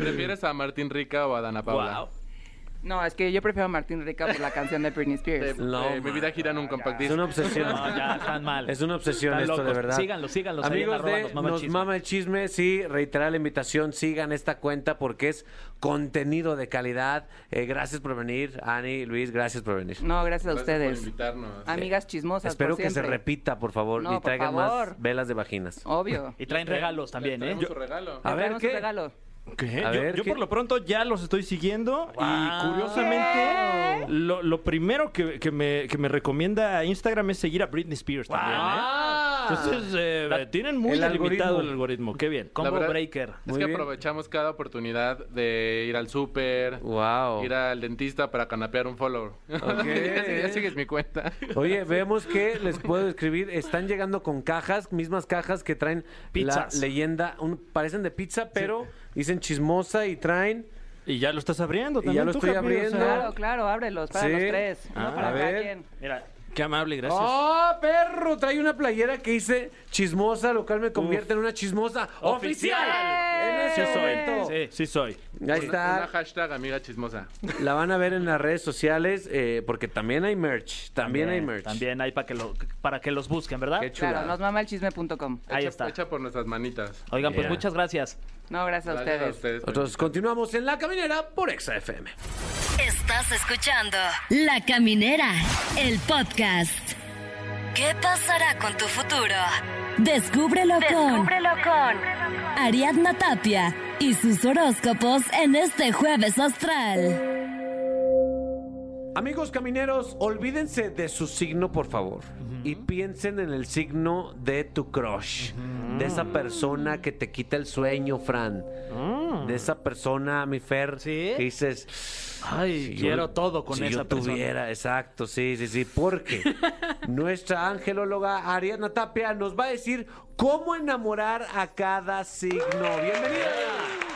[SPEAKER 5] ¿Prefieres a Martín Rica o a Dana Paula?
[SPEAKER 4] Wow.
[SPEAKER 11] No, es que yo prefiero a Martín Rica por la canción de Britney Spears.
[SPEAKER 5] Eh,
[SPEAKER 2] No,
[SPEAKER 5] eh, mi vida gira en un compact
[SPEAKER 2] Es
[SPEAKER 5] disc.
[SPEAKER 2] una obsesión.
[SPEAKER 4] No, ya están mal.
[SPEAKER 2] Es una obsesión
[SPEAKER 4] Están
[SPEAKER 2] esto,
[SPEAKER 4] locos.
[SPEAKER 2] de verdad.
[SPEAKER 4] Síganlos, síganlos ahí en
[SPEAKER 2] Amigos
[SPEAKER 4] arroba
[SPEAKER 2] de
[SPEAKER 4] Nos Mama el
[SPEAKER 2] Nos
[SPEAKER 4] Chisme.
[SPEAKER 2] Mama el Chisme, sí, reiterar la invitación, sigan esta cuenta porque es contenido de calidad. Eh, gracias por venir, Ani, Luis, gracias por venir.
[SPEAKER 11] No, gracias a
[SPEAKER 5] Gracias por
[SPEAKER 11] ustedes. Ah,
[SPEAKER 5] invitarnos.
[SPEAKER 11] Amigas chismosas.
[SPEAKER 2] Espero
[SPEAKER 11] por
[SPEAKER 2] que se
[SPEAKER 11] siempre.
[SPEAKER 2] repita, por favor,
[SPEAKER 11] No,
[SPEAKER 2] y
[SPEAKER 11] por
[SPEAKER 2] traigan
[SPEAKER 11] favor.
[SPEAKER 2] más velas de vaginas.
[SPEAKER 11] Obvio.
[SPEAKER 4] Y traen regalos también, ¿eh?
[SPEAKER 5] Tenemos su regalo.
[SPEAKER 10] Ah,
[SPEAKER 2] A ver,
[SPEAKER 11] Traemos un
[SPEAKER 2] ¿qué?
[SPEAKER 11] regalo.
[SPEAKER 3] ¿Qué?
[SPEAKER 2] A
[SPEAKER 3] yo
[SPEAKER 2] ver,
[SPEAKER 3] yo
[SPEAKER 2] ¿qué?
[SPEAKER 3] por lo pronto ya los estoy siguiendo y curiosamente lo, lo primero que, que me, que me recomienda Instagram es seguir a Britney Spears también. ¿eh? Entonces eh, tienen muy
[SPEAKER 2] el
[SPEAKER 3] limitado
[SPEAKER 2] algoritmo.
[SPEAKER 3] el algoritmo, qué bien.
[SPEAKER 4] Combo
[SPEAKER 5] La verdad-
[SPEAKER 4] Breaker.
[SPEAKER 5] Es
[SPEAKER 2] Muy
[SPEAKER 5] que
[SPEAKER 2] bien.
[SPEAKER 5] aprovechamos cada oportunidad de ir al súper,
[SPEAKER 2] Wow.
[SPEAKER 5] ir al dentista para canapear un follower. ya, sig- ya sigues mi cuenta.
[SPEAKER 2] Oye, vemos que les puedo escribir. Están llegando con cajas, mismas cajas que traen
[SPEAKER 4] Pizzas.
[SPEAKER 2] la leyenda. un- parecen de pizza, pero dicen chismosa y traen.
[SPEAKER 3] Y ya lo estás abriendo
[SPEAKER 2] Y
[SPEAKER 3] también.
[SPEAKER 2] ya lo
[SPEAKER 3] tú,
[SPEAKER 2] estoy
[SPEAKER 3] Javi, o sea,
[SPEAKER 2] abriendo.
[SPEAKER 11] Claro, claro, ábrelos para
[SPEAKER 2] Sí.
[SPEAKER 11] los tres. Uno
[SPEAKER 2] Ah,
[SPEAKER 11] para
[SPEAKER 2] a
[SPEAKER 11] cada
[SPEAKER 2] ver.
[SPEAKER 11] quien.
[SPEAKER 3] Mira, qué amable, gracias.
[SPEAKER 2] ¡Oh, perro! Trae una playera que dice chismosa, lo cual me convierte en una chismosa oficial.
[SPEAKER 11] ¡Eh!
[SPEAKER 2] En
[SPEAKER 3] Sí
[SPEAKER 2] ese momento.
[SPEAKER 3] soy, sí, sí soy.
[SPEAKER 2] Ahí
[SPEAKER 5] Una-
[SPEAKER 2] está.
[SPEAKER 5] Una hashtag amiga chismosa.
[SPEAKER 2] La van a ver en las redes sociales eh, porque también hay merch. También, hay merch.
[SPEAKER 4] También hay para que, lo, para que los busquen, ¿verdad?
[SPEAKER 2] Qué chulada.
[SPEAKER 11] Claro, nosmamaelchisme.com.
[SPEAKER 4] Ahí
[SPEAKER 5] Hecha-
[SPEAKER 4] está.
[SPEAKER 5] Hecha por nuestras manitas.
[SPEAKER 4] Oigan, pues
[SPEAKER 2] Yeah.
[SPEAKER 4] muchas gracias.
[SPEAKER 11] No, gracias a
[SPEAKER 5] Gracias a
[SPEAKER 11] ustedes.
[SPEAKER 5] ustedes.
[SPEAKER 2] Nosotros continuamos en La Caminera por Exa FM.
[SPEAKER 6] Estás escuchando La Caminera, el podcast. ¿Qué pasará con tu futuro? Descúbrelo, con Ariadna Tapia y sus horóscopos en este jueves astral.
[SPEAKER 2] Amigos camineros, olvídense de su signo, por favor. Y piensen en el signo de tu crush. De esa persona que te quita el sueño, Fran. De esa persona, mi Fer,
[SPEAKER 4] Mm. ¿Sí?
[SPEAKER 2] que dices...
[SPEAKER 4] Ay,
[SPEAKER 2] si yo-
[SPEAKER 4] quiero todo con
[SPEAKER 2] si
[SPEAKER 4] esa
[SPEAKER 2] yo
[SPEAKER 4] persona.
[SPEAKER 2] tuviera, exacto, sí, sí, sí. Porque nuestra angelóloga Ariana Tapia nos va a decir cómo enamorar a cada signo. ¡Bienvenida!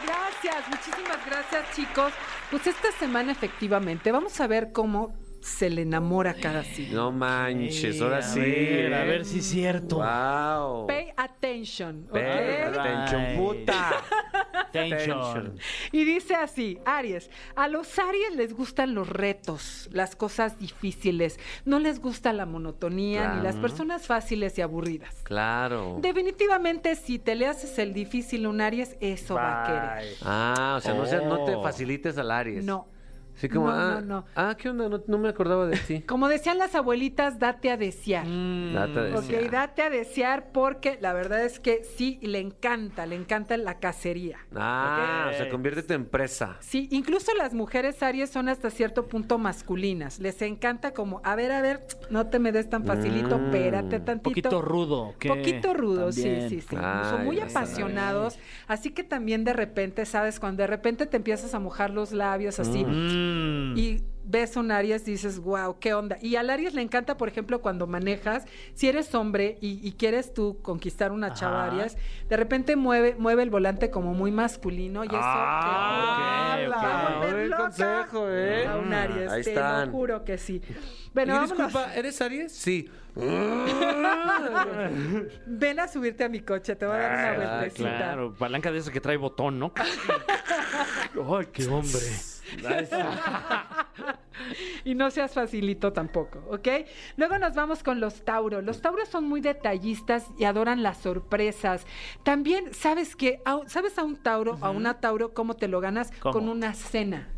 [SPEAKER 10] Gracias, muchísimas gracias chicos. Pues esta semana efectivamente vamos a ver cómo se le enamora a cada signo.
[SPEAKER 2] No manches, ahora sí. eh.
[SPEAKER 4] A ver, a ver si es cierto.
[SPEAKER 2] Wow.
[SPEAKER 10] Pay attention, ¿ok?
[SPEAKER 2] Perra, atención, puta.
[SPEAKER 4] Tension.
[SPEAKER 10] Y dice así, Aries, a los Aries les gustan los retos, las cosas difíciles, no les gusta la monotonía
[SPEAKER 2] Claro.
[SPEAKER 10] ni las personas fáciles y aburridas.
[SPEAKER 2] Claro.
[SPEAKER 10] Definitivamente si te le haces el difícil a un Aries, eh, eso va a querer.
[SPEAKER 2] Ah, o sea, no, seas- no te
[SPEAKER 3] Oh.
[SPEAKER 2] facilites al Aries.
[SPEAKER 10] No.
[SPEAKER 2] Así como,
[SPEAKER 10] No,
[SPEAKER 2] ah,
[SPEAKER 10] no, no.
[SPEAKER 2] ah, ¿qué onda? No, no me acordaba de ti.
[SPEAKER 10] Como decían las abuelitas, date a desear.
[SPEAKER 2] Data de
[SPEAKER 10] Ok,
[SPEAKER 2] sea.
[SPEAKER 10] date a desear porque la verdad es que sí, le encanta, le encanta la cacería.
[SPEAKER 2] Ah, o sea, conviértete en presa.
[SPEAKER 10] Sí, incluso las mujeres Aries son hasta cierto punto masculinas. Les encanta como, a ver, a ver, no te me des tan facilito, espérate tantito.
[SPEAKER 4] Poquito rudo. ¿qué?
[SPEAKER 10] Poquito rudo,
[SPEAKER 4] También.
[SPEAKER 10] sí, sí, sí.
[SPEAKER 2] Ay,
[SPEAKER 10] Son muy
[SPEAKER 2] ya está.
[SPEAKER 10] apasionados. Así que también de repente, ¿sabes? Cuando de repente te empiezas a mojar los labios así
[SPEAKER 4] Mm.
[SPEAKER 10] y ves un Aries, dices, wow, qué onda. Y al Aries le encanta, por ejemplo, cuando manejas, si eres hombre y, y quieres tú conquistar una chava
[SPEAKER 4] Ajá.
[SPEAKER 10] Aries, de repente mueve, mueve el volante como muy masculino y eso
[SPEAKER 4] Ah,
[SPEAKER 10] te
[SPEAKER 4] ok,
[SPEAKER 10] va a
[SPEAKER 4] ok.
[SPEAKER 10] volver
[SPEAKER 2] Buen
[SPEAKER 10] loca
[SPEAKER 2] consejo, ¿eh?
[SPEAKER 10] A Ah, un Aries,
[SPEAKER 2] Ahí
[SPEAKER 10] te
[SPEAKER 2] están.
[SPEAKER 10] lo juro que sí. Bueno,
[SPEAKER 2] Oye,
[SPEAKER 10] vámonos.
[SPEAKER 2] disculpa, ¿eres Aries? Sí.
[SPEAKER 10] Ven a subirte a mi coche, te voy a dar una vueltecita.
[SPEAKER 3] Ah, Claro, palanca de esa que trae botón, ¿no? Ay, qué hombre.
[SPEAKER 10] Y no seas facilito tampoco, ¿ok? Luego nos vamos con los Tauro. Los Tauros son muy detallistas y adoran las sorpresas. También, ¿sabes qué? A- ¿Sabes a un Tauro, a una Tauro, cómo te lo ganas?
[SPEAKER 4] ¿Cómo?
[SPEAKER 10] Con una cena.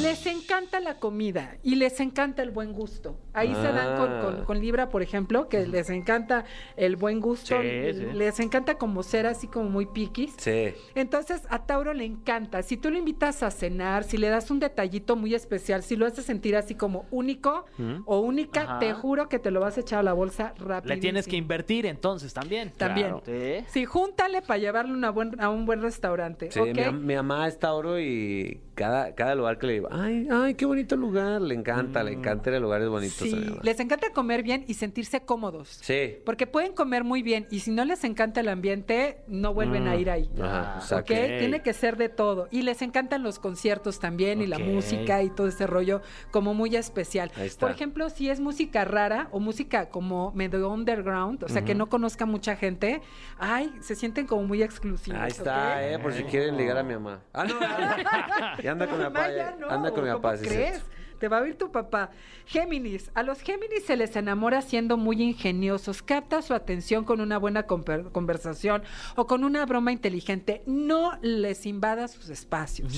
[SPEAKER 10] Les encanta la comida y les encanta el buen gusto. Ahí se dan con, con- con Libra, por ejemplo, que les encanta el buen gusto,
[SPEAKER 12] Sí, sí.
[SPEAKER 10] les encanta como ser así como muy piquis.
[SPEAKER 2] Sí.
[SPEAKER 10] Entonces a Tauro le encanta. Si tú lo invitas a cenar, si le das un detallito muy especial, si lo haces sentir así como único
[SPEAKER 2] Mm.
[SPEAKER 10] o única,
[SPEAKER 4] Ajá.
[SPEAKER 10] te juro que te lo vas a echar a la bolsa rápido.
[SPEAKER 4] Le tienes que invertir entonces también.
[SPEAKER 10] También.
[SPEAKER 4] Sí.
[SPEAKER 10] Sí, júntale para llevarle una buen- a un buen restaurante.
[SPEAKER 2] Sí,
[SPEAKER 10] ¿ok?
[SPEAKER 2] mi, am- mi mamá es Tauro y cada, cada lugar que le digo, ay, ay, qué bonito lugar, le encanta, le encanta ir a lugares bonitos. a mi
[SPEAKER 10] Mm. Sí,
[SPEAKER 2] mamá.
[SPEAKER 10] les encanta comer bien y sentirse cómodos.
[SPEAKER 2] Sí.
[SPEAKER 10] Porque pueden comer muy bien y si no les encanta el ambiente, no vuelven a ir ahí.
[SPEAKER 2] Mm. Ajá,
[SPEAKER 10] Ah, ¿Ok?
[SPEAKER 2] exacto.
[SPEAKER 10] Tiene que ser de todo. Y les encantan los conciertos también y la
[SPEAKER 4] Ok.
[SPEAKER 10] música y todo ese rollo como muy especial.
[SPEAKER 2] Ahí está.
[SPEAKER 10] Por ejemplo, si es música rara o música como medio underground, o sea, que no conozca mucha gente, ay, se sienten como muy exclusivos.
[SPEAKER 2] Ahí está,
[SPEAKER 10] ¿ok?
[SPEAKER 2] eh, por si quieren ligar a mi mamá. Ah, no, anda, ya anda con mi
[SPEAKER 10] Mamá,
[SPEAKER 2] papá.
[SPEAKER 10] ya
[SPEAKER 2] ya,
[SPEAKER 10] no,
[SPEAKER 2] anda con mi
[SPEAKER 10] ¿cómo
[SPEAKER 2] papá, sí,
[SPEAKER 10] crees?
[SPEAKER 2] cierto.
[SPEAKER 10] Te va a oír tu papá. Géminis. A los Géminis se les enamora siendo muy ingeniosos. Capta su atención con una buena comper- conversación o con una broma inteligente. No les invada sus espacios.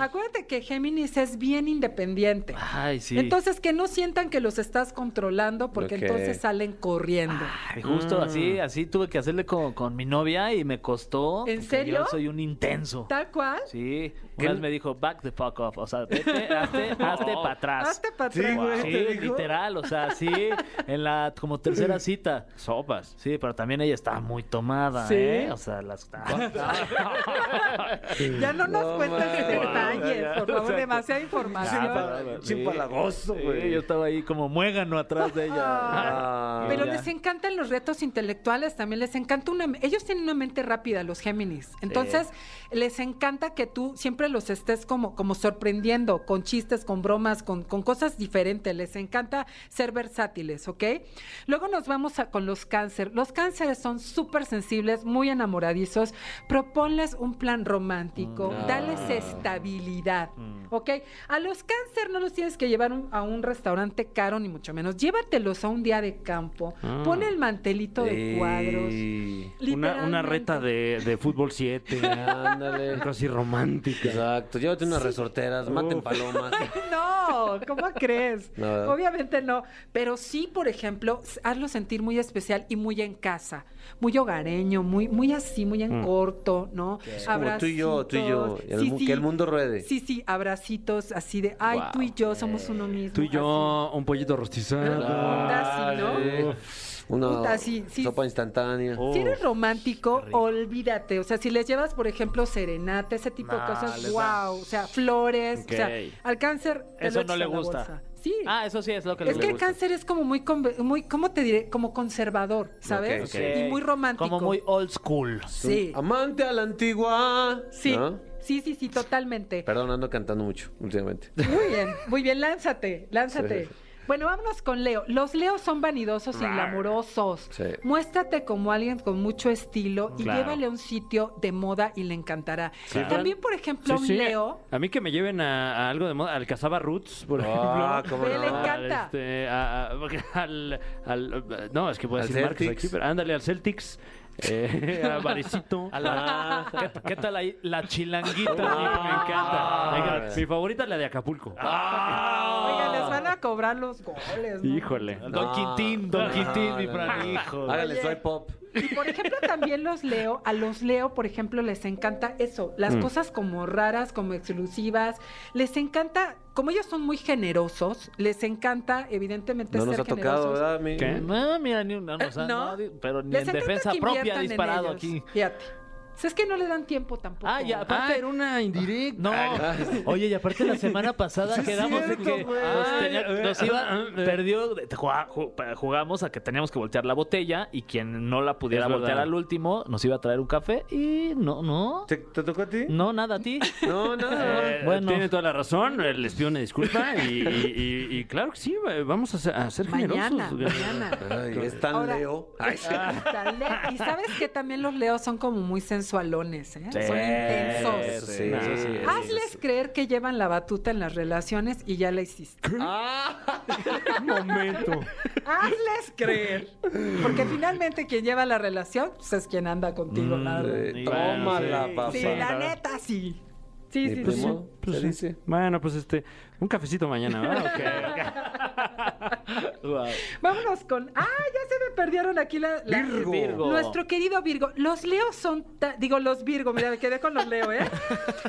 [SPEAKER 10] Acuérdate que Géminis es bien independiente.
[SPEAKER 4] Ay, Ah, sí.
[SPEAKER 10] Entonces, que no sientan que los estás controlando porque
[SPEAKER 2] Ok.
[SPEAKER 10] entonces salen corriendo.
[SPEAKER 4] Ay, justo
[SPEAKER 2] Mm.
[SPEAKER 4] así, así tuve que hacerle con, con mi novia y me costó.
[SPEAKER 10] ¿En
[SPEAKER 4] porque
[SPEAKER 10] serio?
[SPEAKER 4] Yo soy un intenso.
[SPEAKER 10] Tal cual.
[SPEAKER 4] Sí. Una vez me dijo, back the fuck off. O sea, vete, hazte, hazte para atrás.
[SPEAKER 10] Hazte para
[SPEAKER 4] Wow. Sí, literal, o sea, sí, en la como tercera cita. Sopas. Sí, pero también ella estaba muy tomada,
[SPEAKER 10] Sí.
[SPEAKER 4] ¿eh? O sea, las...
[SPEAKER 10] Ya no nos
[SPEAKER 2] No
[SPEAKER 10] cuentes
[SPEAKER 2] mames.
[SPEAKER 10] detalles, por favor, demasiada información.
[SPEAKER 2] Chimpalagoso,
[SPEAKER 4] Ah, Sí,
[SPEAKER 2] güey.
[SPEAKER 4] yo estaba ahí como muégano atrás de ella.
[SPEAKER 2] Ah,
[SPEAKER 10] Pero
[SPEAKER 4] Ya.
[SPEAKER 10] les encantan los retos intelectuales también, les encanta una... Ellos tienen una mente rápida, los Géminis. Entonces, les encanta que tú siempre los estés como, como sorprendiendo con chistes, con bromas, con, con cosas diferentes. Les encanta ser versátiles, ¿ok? Luego nos vamos a- con los cáncer. Los cánceres son súper sensibles, muy enamoradizos. Proponles un plan romántico, dales estabilidad, ¿ok? A los cáncer no los tienes que llevar un- a un restaurante caro, ni mucho menos. Llévatelos a un día de campo, pon el mantelito de cuadros.
[SPEAKER 2] sí.
[SPEAKER 3] Una, una reta
[SPEAKER 10] literalmente.
[SPEAKER 3] de, de fútbol 7.
[SPEAKER 2] Ándale.
[SPEAKER 3] Algo así romántica.
[SPEAKER 2] Exacto, llévate unas resorteras, maten palomas.
[SPEAKER 10] No, ¿cómo crees?
[SPEAKER 2] No, ¿verdad?
[SPEAKER 10] Obviamente no. Pero sí, por ejemplo, s- hazlo sentir muy especial y muy en casa, muy hogareño, muy, muy así, muy
[SPEAKER 2] Mm.
[SPEAKER 10] en corto, ¿no?
[SPEAKER 2] como tú y yo, tú y yo,
[SPEAKER 10] Abracitos.
[SPEAKER 2] el mu- que el mundo ruede.
[SPEAKER 10] Sí, sí, abracitos así de, ay, tú y yo somos uno mismo.
[SPEAKER 3] Tú y yo, un pollito
[SPEAKER 10] así.
[SPEAKER 3] rostizado.
[SPEAKER 10] Puta, sí, ¿no?
[SPEAKER 2] Una
[SPEAKER 10] Puta, sí, sí.
[SPEAKER 2] sopa instantánea.
[SPEAKER 4] Oh,
[SPEAKER 10] Si eres romántico, olvídate. O sea, si les llevas, por ejemplo, serenata, ese tipo de cosas, wow. O sea, flores. O sea, al cáncer. te
[SPEAKER 4] Eso
[SPEAKER 10] lo
[SPEAKER 4] no
[SPEAKER 10] echas
[SPEAKER 4] le
[SPEAKER 10] a la
[SPEAKER 4] gusta.
[SPEAKER 10] bolsa. Sí.
[SPEAKER 4] Ah, eso sí es lo que
[SPEAKER 10] es
[SPEAKER 4] le
[SPEAKER 10] que el
[SPEAKER 4] gusta.
[SPEAKER 10] cáncer es como muy, conve- muy ¿cómo te diré? eh, Como conservador, ¿sabes?
[SPEAKER 2] Ok, ok.
[SPEAKER 10] Y muy romántico.
[SPEAKER 4] Como muy old school.
[SPEAKER 10] Sí.
[SPEAKER 2] Amante a la antigua.
[SPEAKER 10] Sí.
[SPEAKER 2] ¿No?
[SPEAKER 10] Sí, sí, sí, totalmente.
[SPEAKER 2] Perdón, ando cantando mucho últimamente.
[SPEAKER 10] Muy bien, muy bien, lánzate, lánzate. Bueno, vámonos con Leo. Los Leos son vanidosos y glamurosos.
[SPEAKER 2] Sí.
[SPEAKER 10] Muéstrate como alguien con mucho estilo y llévale a un sitio de moda y le encantará. También, por ejemplo, un Leo.
[SPEAKER 3] A mí que me lleven a, a algo de moda, al Casaba Roots, por
[SPEAKER 2] Ah,
[SPEAKER 3] ejemplo.
[SPEAKER 2] cómo
[SPEAKER 10] Ve, le
[SPEAKER 2] no.
[SPEAKER 10] encanta.
[SPEAKER 3] Al, este, a- a- al, al- no, es que voy a
[SPEAKER 2] Al
[SPEAKER 3] decir marcas
[SPEAKER 2] Celtics.
[SPEAKER 3] aquí, pero ándale al Celtics, eh, a Varecito.
[SPEAKER 4] A la- Ah, ¿Qué, qué tal ahí? La chilanguita.
[SPEAKER 3] Ah, me encanta.
[SPEAKER 2] Ah.
[SPEAKER 3] Venga, mi favorita es la de Acapulco.
[SPEAKER 10] Oiga, les
[SPEAKER 2] Ah.
[SPEAKER 10] van a cobrar los goles. ¿no?
[SPEAKER 3] Híjole.
[SPEAKER 4] Don
[SPEAKER 2] No,
[SPEAKER 4] Quintín, Don
[SPEAKER 2] no,
[SPEAKER 4] Quintín, mi
[SPEAKER 2] no,
[SPEAKER 4] Fran,
[SPEAKER 2] no.
[SPEAKER 4] hijo.
[SPEAKER 2] Hágale, soy pop.
[SPEAKER 10] Y por ejemplo, también los leo, a los leo, por ejemplo, les encanta eso,
[SPEAKER 2] Mm.
[SPEAKER 10] las cosas como raras, como exclusivas, les encanta, como ellos son muy generosos, les encanta evidentemente
[SPEAKER 2] No
[SPEAKER 10] ser
[SPEAKER 2] nos ha
[SPEAKER 10] generosos.
[SPEAKER 2] tocado, ¿verdad? mi-
[SPEAKER 4] No, mira, ni una, o sea,
[SPEAKER 10] ¿No?
[SPEAKER 4] no, di- pero ni
[SPEAKER 10] Les
[SPEAKER 4] en
[SPEAKER 10] encanta
[SPEAKER 4] defensa
[SPEAKER 10] que
[SPEAKER 4] propia ha
[SPEAKER 10] inviertan en
[SPEAKER 4] disparado
[SPEAKER 10] ellos.
[SPEAKER 4] aquí.
[SPEAKER 10] Fíjate. O sea, es que no le dan tiempo tampoco.
[SPEAKER 4] Ah, ya, aparte, era
[SPEAKER 3] una indirecta.
[SPEAKER 4] No. Oye, y aparte la semana pasada quedamos en que nos, tenía- nos iba, perdió, jugá- ju- jugamos a que teníamos que voltear la botella y quien no la pudiera
[SPEAKER 3] Es verdad.
[SPEAKER 4] voltear al último nos iba a traer un café y no, no,
[SPEAKER 2] ¿Te, te tocó a ti?
[SPEAKER 4] no, nada a ti.
[SPEAKER 2] No, nada.
[SPEAKER 3] Eh,
[SPEAKER 4] Bueno.
[SPEAKER 3] Tiene toda la razón, eh, les pido una disculpa y, y- y- y claro que sí, eh, vamos a ser, a ser
[SPEAKER 10] Mañana,
[SPEAKER 3] generosos.
[SPEAKER 10] mañana.
[SPEAKER 2] Ay, es tan
[SPEAKER 10] Ahora-
[SPEAKER 2] leo. Ay, sí.
[SPEAKER 10] Tan le- Y sabes que también los leos son como muy sensualones, ¿eh? Son
[SPEAKER 2] Eso
[SPEAKER 10] intensos.
[SPEAKER 2] sí, eso sí, eso
[SPEAKER 10] Hazles creer que llevan la batuta en las relaciones y ya la hiciste.
[SPEAKER 3] Momento.
[SPEAKER 10] Hazles creer. Porque finalmente quien lleva la
[SPEAKER 4] Mm,
[SPEAKER 10] relación pues, es quien anda contigo, la verdad.
[SPEAKER 2] Eh, Tómala, papá.
[SPEAKER 10] Sí, la neta, sí.
[SPEAKER 13] Sí, sí, sí.
[SPEAKER 2] Pues sí. dice.
[SPEAKER 3] Bueno, pues este, un cafecito mañana, ¿verdad? Ok, ok. Guau.
[SPEAKER 13] Vámonos con. ¡Ah! Ya se me perdieron aquí la. la-
[SPEAKER 14] Virgo.
[SPEAKER 13] Nuestro querido Virgo. Los Leos son. ta- Digo, los Virgo, mira, me quedé con los Leo, ¿eh?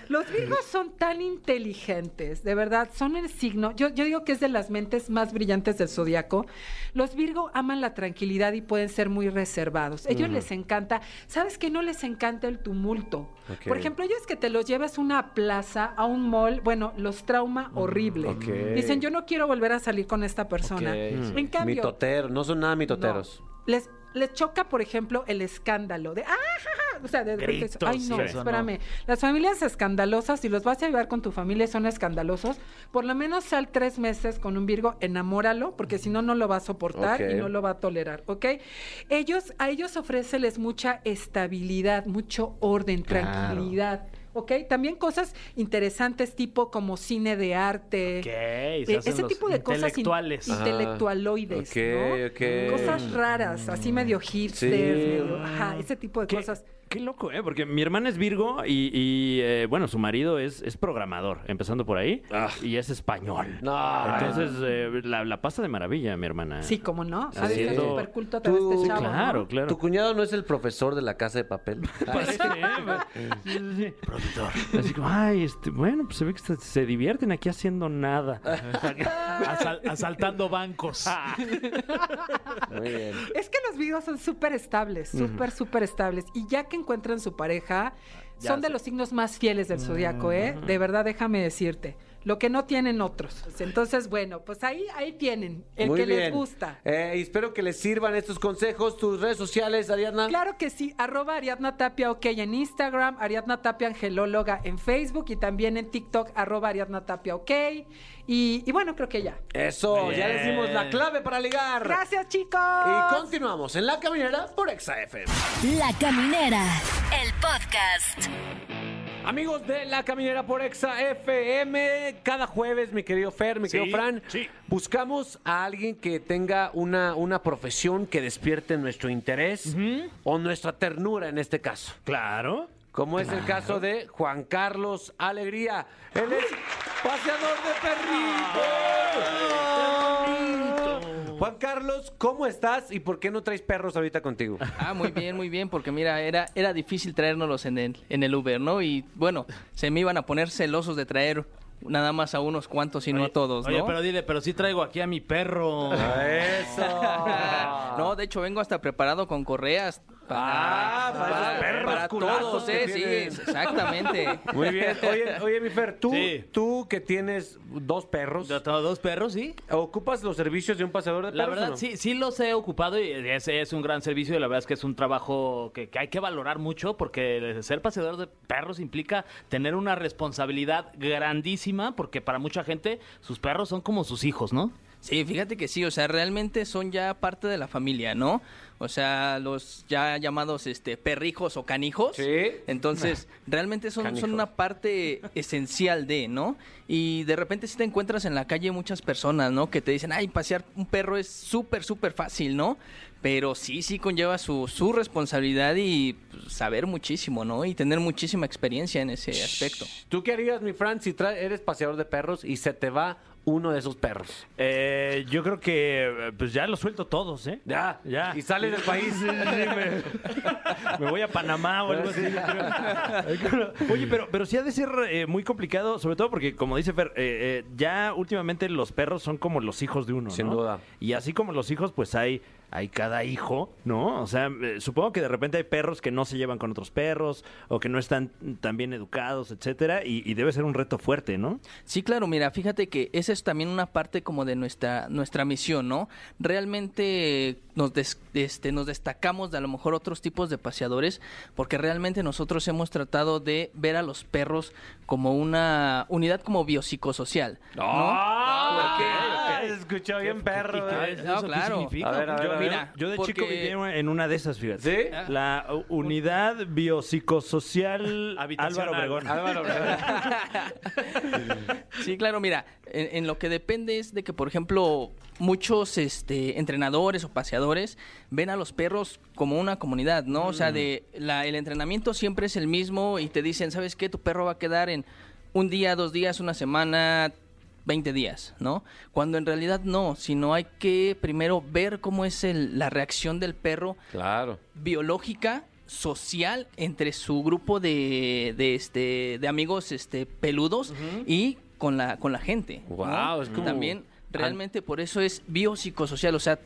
[SPEAKER 13] Los Virgos son tan inteligentes, de verdad. Son el signo. Yo, yo digo que es de las mentes más brillantes del zodiaco. Los Virgo aman la tranquilidad y pueden ser muy reservados. Ellos les encanta. ¿Sabes qué? No les encanta el tumulto.
[SPEAKER 2] Ok.
[SPEAKER 13] Por ejemplo, ellos que te los llevas a una plaza, a un mall, bueno, los trauma horrible.
[SPEAKER 10] Pues
[SPEAKER 2] ok. Mm.
[SPEAKER 13] Dicen, yo no quiero volver a salir con esta persona.
[SPEAKER 4] Ok.
[SPEAKER 13] En cambio,
[SPEAKER 2] Mitoteros, no son nada mitoteros.
[SPEAKER 13] no. Les, les choca, por ejemplo, el escándalo de ¡ah! ja, ja", O sea, de de-
[SPEAKER 4] Gritos,
[SPEAKER 13] Ay, no,
[SPEAKER 4] sí, eso no.
[SPEAKER 13] espérame. Las familias escandalosas, si los vas a llevar con tu familia y son escandalosos, por lo menos sal tres meses con un Virgo, enamóralo, porque si no, no lo va a soportar
[SPEAKER 2] Ok.
[SPEAKER 13] y no lo va a tolerar, ¿ok? Ellos, a ellos ofréceles mucha estabilidad, mucho orden, tranquilidad. ¿Ok? También cosas interesantes tipo como cine de arte,
[SPEAKER 4] Ok,
[SPEAKER 13] eh,
[SPEAKER 4] se hacen
[SPEAKER 13] ese
[SPEAKER 4] los
[SPEAKER 13] tipo de cosas in-
[SPEAKER 4] intelectuales.
[SPEAKER 13] in- intelectualoides,
[SPEAKER 2] Ah,
[SPEAKER 13] ¿no?
[SPEAKER 2] ok, ok.
[SPEAKER 13] Cosas raras, así medio hipster,
[SPEAKER 2] Sí.
[SPEAKER 13] medio- ajá, ese tipo de
[SPEAKER 3] Qué-
[SPEAKER 13] cosas.
[SPEAKER 3] Qué loco, ¿eh? Porque mi hermana es Virgo y, y, eh, bueno, su marido es, es programador, empezando por ahí, y es español.
[SPEAKER 2] No.
[SPEAKER 3] Entonces, eh, la, la pasa de maravilla, mi hermana.
[SPEAKER 13] Sí, cómo no, sabes que es
[SPEAKER 3] Haciendo-
[SPEAKER 13] súper culto
[SPEAKER 2] Tú-
[SPEAKER 13] este
[SPEAKER 2] Sí,
[SPEAKER 13] chavo.
[SPEAKER 3] claro,
[SPEAKER 13] ¿no?
[SPEAKER 3] claro.
[SPEAKER 2] ¿Tu cuñado no es el profesor de la casa de papel?
[SPEAKER 3] Parece, ¿eh? Sí, sí, sí. Así como, ay, este, bueno, pues se ve que se- se divierten aquí haciendo nada.
[SPEAKER 4] Asal- asaltando bancos.
[SPEAKER 2] Muy bien.
[SPEAKER 13] Es que los Virgos son súper estables, súper, súper estables. Y ya que encuentran su pareja, son de los signos más fieles del zodiaco, ¿eh? De verdad, déjame decirte. Lo que no tienen otros. Entonces, bueno, pues ahí, ahí tienen, el
[SPEAKER 2] Muy
[SPEAKER 13] que les
[SPEAKER 2] bien.
[SPEAKER 13] gusta.
[SPEAKER 2] Eh, y espero que les sirvan estos consejos. Tus redes sociales, Ariadna.
[SPEAKER 13] Claro que sí, arroba Ariadna Tapia OK en Instagram, Ariadna Tapia Angelóloga en Facebook y también en TikTok, arroba Ariadna Tapia OK. Y, y bueno, creo que ya.
[SPEAKER 2] Eso, ya les dimos la
[SPEAKER 4] Bien.
[SPEAKER 2] clave para ligar.
[SPEAKER 13] Gracias, chicos.
[SPEAKER 2] Y continuamos en La Caminera por ExaFM.
[SPEAKER 6] La Caminera, el podcast.
[SPEAKER 2] Amigos de La Caminera por Exa FM, cada jueves, mi querido Fer, mi querido Fran, buscamos a alguien que tenga una, una profesión que despierte nuestro interés o nuestra ternura en este caso.
[SPEAKER 3] Claro.
[SPEAKER 2] Como es el caso de Juan Carlos Alegría. Él es paseador de perritos. Juan Carlos, ¿cómo estás y por qué no traes perros ahorita contigo?
[SPEAKER 10] Ah, muy bien, muy bien, porque mira, era, era difícil traérnoslos en el, en el Uber, ¿no? Y bueno, se me iban a poner celosos de traer nada más a unos cuantos y no a todos, ¿no?
[SPEAKER 4] Oye, pero dile, pero sí traigo aquí a mi perro.
[SPEAKER 2] Eso.
[SPEAKER 10] No, de hecho vengo hasta preparado con correas. Para,
[SPEAKER 2] Ah, para esos perros
[SPEAKER 10] para
[SPEAKER 2] culazos
[SPEAKER 10] todos,
[SPEAKER 2] que
[SPEAKER 10] ¿eh? Sí,
[SPEAKER 2] tienes.
[SPEAKER 10] exactamente.
[SPEAKER 2] Muy bien. Oye, oye mi Fer, tú,
[SPEAKER 4] Sí.
[SPEAKER 2] tú que tienes dos perros,
[SPEAKER 4] Yo tengo dos perros, sí.
[SPEAKER 2] ¿ocupas los servicios de un paseador de
[SPEAKER 4] La
[SPEAKER 2] perros? o
[SPEAKER 4] verdad,
[SPEAKER 2] no?
[SPEAKER 4] sí, sí los he ocupado y ese es un gran servicio y la verdad es que es un trabajo que, que hay que valorar mucho porque ser paseador de perros implica tener una responsabilidad grandísima porque para mucha gente sus perros son como sus hijos, ¿no?
[SPEAKER 10] Sí, fíjate que sí, o sea, realmente son ya parte de la familia, ¿no? O sea, los ya llamados este perrijos o canijos.
[SPEAKER 2] Sí.
[SPEAKER 10] Entonces, realmente son, son una parte esencial de, ¿no? Y de repente si te encuentras en la calle muchas personas, ¿no? Que te dicen, ay, pasear un perro es súper, súper fácil, ¿no? Pero sí, sí conlleva su, su responsabilidad y pues, saber muchísimo, ¿no? Y tener muchísima experiencia en ese aspecto.
[SPEAKER 2] ¿Tú qué harías, mi Fran, si tra- eres paseador de perros y se te va uno de esos perros?
[SPEAKER 3] Eh, yo creo que eh, pues ya los suelto todos, ¿eh?
[SPEAKER 2] Ya,
[SPEAKER 3] Ya.
[SPEAKER 2] Y sales del país.
[SPEAKER 3] Me voy a Panamá o algo así. yo creo. Oye, pero, pero sí ha de ser eh, muy complicado, sobre todo porque, como dice Fer, eh, eh, ya últimamente los perros son como los hijos de uno,
[SPEAKER 2] Sin
[SPEAKER 3] ¿no?
[SPEAKER 2] duda.
[SPEAKER 3] Y así como los hijos, pues hay, hay cada hijo, ¿no? O sea, eh, supongo que de repente hay perros que no se llevan con otros perros o que no están tan bien educados, etcétera, y, y debe ser un reto fuerte, ¿no?
[SPEAKER 10] Sí, claro, mira, fíjate que esa es también una parte como de nuestra, nuestra misión, ¿no? Realmente nos, des- este, nos destacamos de a lo mejor otros tipos de paseadores porque realmente nosotros hemos tratado de ver a los perros como una unidad como biopsicosocial. ¿no?
[SPEAKER 2] Escuchó bien perro.
[SPEAKER 10] qué-
[SPEAKER 2] ¿eh?
[SPEAKER 10] qué- No,
[SPEAKER 2] A
[SPEAKER 10] claro.
[SPEAKER 2] ver, a ver, a ver.
[SPEAKER 10] mira,
[SPEAKER 3] Yo de
[SPEAKER 10] porque-
[SPEAKER 3] chico viví en una de esas, fíjate.
[SPEAKER 2] ¿Sí?
[SPEAKER 3] La uh, unidad biopsicosocial
[SPEAKER 4] Habitacional.
[SPEAKER 3] Álvaro Obregón.
[SPEAKER 10] Sí, claro, mira, en, en lo que depende es de que, por ejemplo, muchos este, entrenadores o paseadores ven a los perros como una comunidad, ¿no? O sea, de la- el entrenamiento siempre es el mismo y te dicen, ¿sabes qué? Tu perro va a quedar en un día, dos días, una semana, 20 días, ¿no? Cuando en realidad no, sino hay que primero ver cómo es el- la reacción del perro
[SPEAKER 2] Claro.
[SPEAKER 10] biológica, social, entre su grupo de, de, este, de amigos este, peludos y con la, con la gente. ¿no?
[SPEAKER 2] Guau, es como-
[SPEAKER 10] También, realmente por eso es biopsicosocial, o sea,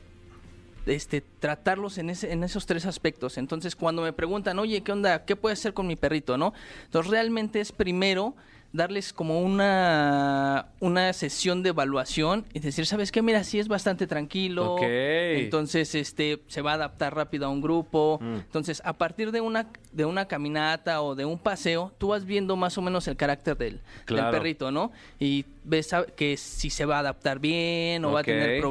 [SPEAKER 10] este, tratarlos en, ese- en esos tres aspectos. Entonces, cuando me preguntan, oye, ¿qué onda? ¿Qué puede hacer con mi perrito? ¿No? Entonces, realmente es primero darles como una, una sesión de evaluación y decir, ¿sabes qué? Mira, sí es bastante tranquilo.
[SPEAKER 2] Ok.
[SPEAKER 10] Entonces, este, se va a adaptar rápido a un grupo.
[SPEAKER 2] Mm.
[SPEAKER 10] Entonces, a partir de una, de una caminata o de un paseo, tú vas viendo más o menos el carácter del, del
[SPEAKER 2] Claro.
[SPEAKER 10] perrito, ¿no? Y ves a- que si se va a adaptar bien o va a tener
[SPEAKER 2] Ok.
[SPEAKER 10] problemas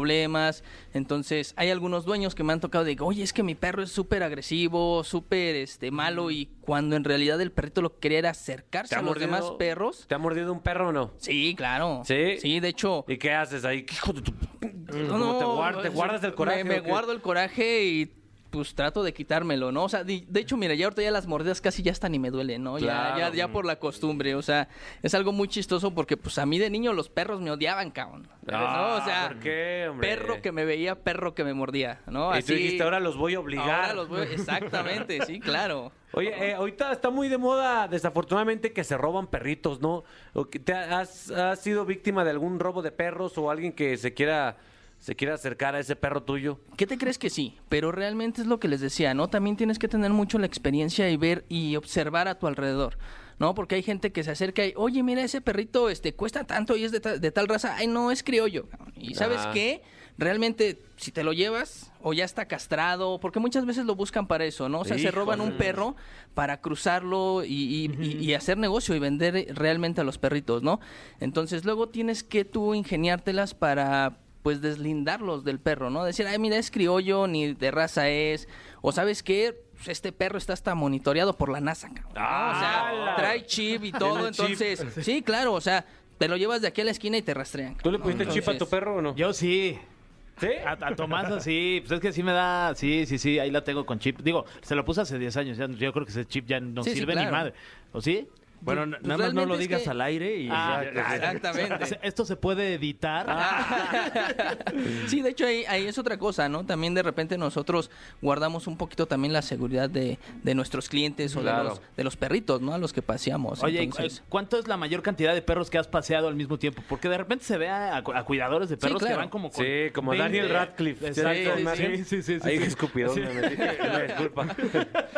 [SPEAKER 10] problemas. Entonces, hay algunos dueños que me han tocado de, oye, es que mi perro es súper agresivo, súper este, malo, y cuando en realidad el perrito lo que quería era acercarse a los demás perros.
[SPEAKER 2] ¿Te ha mordido un perro o no?
[SPEAKER 10] Sí, claro.
[SPEAKER 2] ¿Sí?
[SPEAKER 10] Sí, de hecho.
[SPEAKER 2] ¿Y qué haces ahí? ¿Qué hijo de tu-
[SPEAKER 10] No,
[SPEAKER 2] ¿Te,
[SPEAKER 10] no,
[SPEAKER 2] guard- te
[SPEAKER 10] es-
[SPEAKER 2] guardas el
[SPEAKER 10] me-
[SPEAKER 2] coraje?
[SPEAKER 10] Me,
[SPEAKER 2] o qué?
[SPEAKER 10] guardo el coraje y pues trato de quitármelo, ¿no? O sea, di- de, hecho, mira, ya ahorita ya las mordidas casi ya están y me duelen, ¿no?
[SPEAKER 2] Claro.
[SPEAKER 10] Ya, ya, ya por la costumbre, o sea, es algo muy chistoso porque pues a mí de niño los perros me odiaban, cabrón. ¿sabes, no?
[SPEAKER 2] Ah,
[SPEAKER 10] O sea,
[SPEAKER 2] ¿por qué, hombre?
[SPEAKER 10] perro que me veía, perro que me mordía, ¿no?
[SPEAKER 2] Y tú dijiste, ahora los voy a obligar.
[SPEAKER 10] Ahora los voy- Exactamente, sí, claro.
[SPEAKER 2] Oye, eh, ahorita está muy de moda, desafortunadamente, que se roban perritos, ¿no? ¿O que ¿Te has, has sido víctima de algún robo de perros o alguien que se quiera, se quiera acercar a ese perro tuyo?
[SPEAKER 10] ¿Qué te crees que sí? Pero realmente es lo que les decía, ¿no? También tienes que tener mucho la experiencia y ver y observar a tu alrededor, ¿no? Porque hay gente que se acerca y, oye, mira, ese perrito este, cuesta tanto y es de, ta- de tal raza. Ay, no, es criollo. cabrón". Y ¿sabes
[SPEAKER 2] Ah.
[SPEAKER 10] qué? Realmente, si te lo llevas o ya está castrado, porque muchas veces lo buscan para eso, ¿no? O sea, se roban un perro para cruzarlo y, y- y- y hacer negocio y vender realmente a los perritos, ¿no? Entonces luego tienes que tú ingeniártelas para pues deslindarlos del perro, ¿no? Decir, ay, mira, es criollo, ni de raza es, o sabes qué, Pues, este perro está hasta monitoreado por la NASA, cabrón, ¿no? o sea, trae chip y todo, entonces, sí, claro, o sea, te lo llevas de aquí a la esquina y te rastrean.
[SPEAKER 2] ¿Tú le pusiste chip a tu
[SPEAKER 10] Entonces-
[SPEAKER 2] perro o no?
[SPEAKER 4] Yo sí.
[SPEAKER 2] ¿Sí?
[SPEAKER 4] A, a Tomasa sí, pues es que sí me da, sí, sí, sí, ahí la tengo con chip. Digo, se lo puse hace 10 años, ya, yo creo que ese chip ya no
[SPEAKER 10] Sí, sí,
[SPEAKER 4] sirve ni
[SPEAKER 10] claro.
[SPEAKER 4] madre. ¿O sí?
[SPEAKER 3] Bueno,
[SPEAKER 10] Pues,
[SPEAKER 3] na- nada más
[SPEAKER 10] pues,
[SPEAKER 3] no
[SPEAKER 10] realmente
[SPEAKER 3] lo
[SPEAKER 10] es
[SPEAKER 3] digas
[SPEAKER 10] que-
[SPEAKER 3] al aire y...
[SPEAKER 4] Ah,
[SPEAKER 3] ya-
[SPEAKER 4] ah,
[SPEAKER 10] Exactamente. Ah.
[SPEAKER 4] Esto se puede editar.
[SPEAKER 10] Sí, de hecho ahí, ahí es otra cosa, ¿no? También de repente nosotros guardamos un poquito también la seguridad de, de nuestros clientes o de, los, de los perritos, ¿no? A los que paseamos.
[SPEAKER 4] Oye, ¿y cu-
[SPEAKER 10] Entonces,
[SPEAKER 4] ¿cuánto es la mayor cantidad de perros que has paseado al mismo tiempo? Porque de repente se ve a, a cu- a cuidadores de perros que
[SPEAKER 10] claro.
[SPEAKER 4] van como con
[SPEAKER 2] Sí, como a
[SPEAKER 4] 20.
[SPEAKER 2] Daniel Radcliffe. ¿Te has
[SPEAKER 4] Exacto.
[SPEAKER 2] visto a
[SPEAKER 4] Sí,
[SPEAKER 2] Daniel?
[SPEAKER 4] sí, sí, sí,
[SPEAKER 2] Ay,
[SPEAKER 4] sí.
[SPEAKER 2] qué escupidón
[SPEAKER 4] Sí.
[SPEAKER 2] me metí. Una disculpa.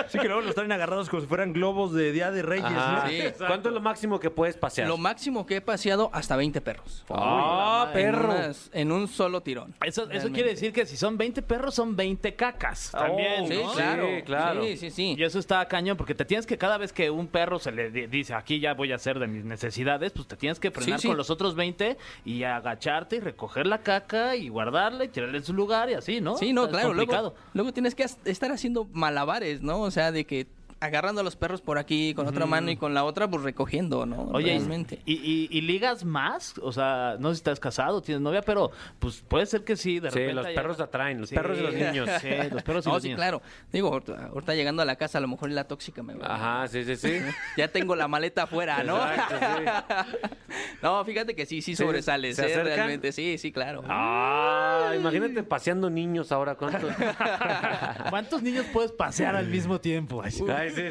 [SPEAKER 3] Sí, que luego los traen agarrados como si fueran globos de Día de Reyes,
[SPEAKER 2] Ajá.
[SPEAKER 3] ¿no?
[SPEAKER 10] Sí.
[SPEAKER 2] Exacto. ¿Cuánto es lo máximo que puedes pasear?
[SPEAKER 10] lo máximo que he paseado hasta 20 perros.
[SPEAKER 2] ¡Ah,
[SPEAKER 10] En
[SPEAKER 2] perro!
[SPEAKER 10] unas- En, un solo tirón.
[SPEAKER 4] Eso, eso
[SPEAKER 10] realmente.
[SPEAKER 4] quiere decir que si son 20 perros, son 20 cacas. También,
[SPEAKER 10] Sí,
[SPEAKER 4] ¿no?
[SPEAKER 10] claro.
[SPEAKER 2] Sí, claro.
[SPEAKER 10] Sí, sí, sí.
[SPEAKER 4] Y eso está cañón, porque te tienes que, cada vez que un perro se le di- dice, aquí ya voy a hacer de mis necesidades, pues te tienes que frenar
[SPEAKER 10] Sí, sí.
[SPEAKER 4] con los otros 20 y agacharte y recoger la caca y guardarla y tirarla en su lugar y así, ¿no?
[SPEAKER 10] Sí, no,
[SPEAKER 4] O sea, es
[SPEAKER 10] claro.
[SPEAKER 4] complicado.
[SPEAKER 10] Luego, luego tienes que as- estar haciendo malabares, ¿no? O sea, de que agarrando a los perros por aquí con otra mano y con la otra, pues recogiendo, ¿no?
[SPEAKER 4] Oye,
[SPEAKER 10] Realmente.
[SPEAKER 4] y, y- y ligas más? O sea, no sé si estás casado, tienes novia, pero pues puede ser que sí, de
[SPEAKER 2] Sí,
[SPEAKER 4] repente.
[SPEAKER 2] los
[SPEAKER 4] haya-
[SPEAKER 2] perros atraen, los
[SPEAKER 4] Sí,
[SPEAKER 2] perros y los niños.
[SPEAKER 4] Sí, los perros y
[SPEAKER 10] No,
[SPEAKER 4] los
[SPEAKER 10] sí,
[SPEAKER 4] niños.
[SPEAKER 10] claro. Digo, ahorita, ahorita llegando a la casa, a lo mejor la tóxica me va. a-
[SPEAKER 2] Ajá, sí, sí, sí.
[SPEAKER 10] Ya tengo la maleta afuera, ¿no?
[SPEAKER 2] Exacto,
[SPEAKER 10] no, fíjate que sí, sí sobresales,
[SPEAKER 2] ¿se
[SPEAKER 10] ¿eh?
[SPEAKER 2] acercan?
[SPEAKER 10] Realmente, sí, sí, claro.
[SPEAKER 2] Ah, imagínate paseando niños ahora. ¿Cuántos?
[SPEAKER 4] ¿Cuántos niños puedes pasear al mismo tiempo? Ay, sí.
[SPEAKER 2] Ay, sí.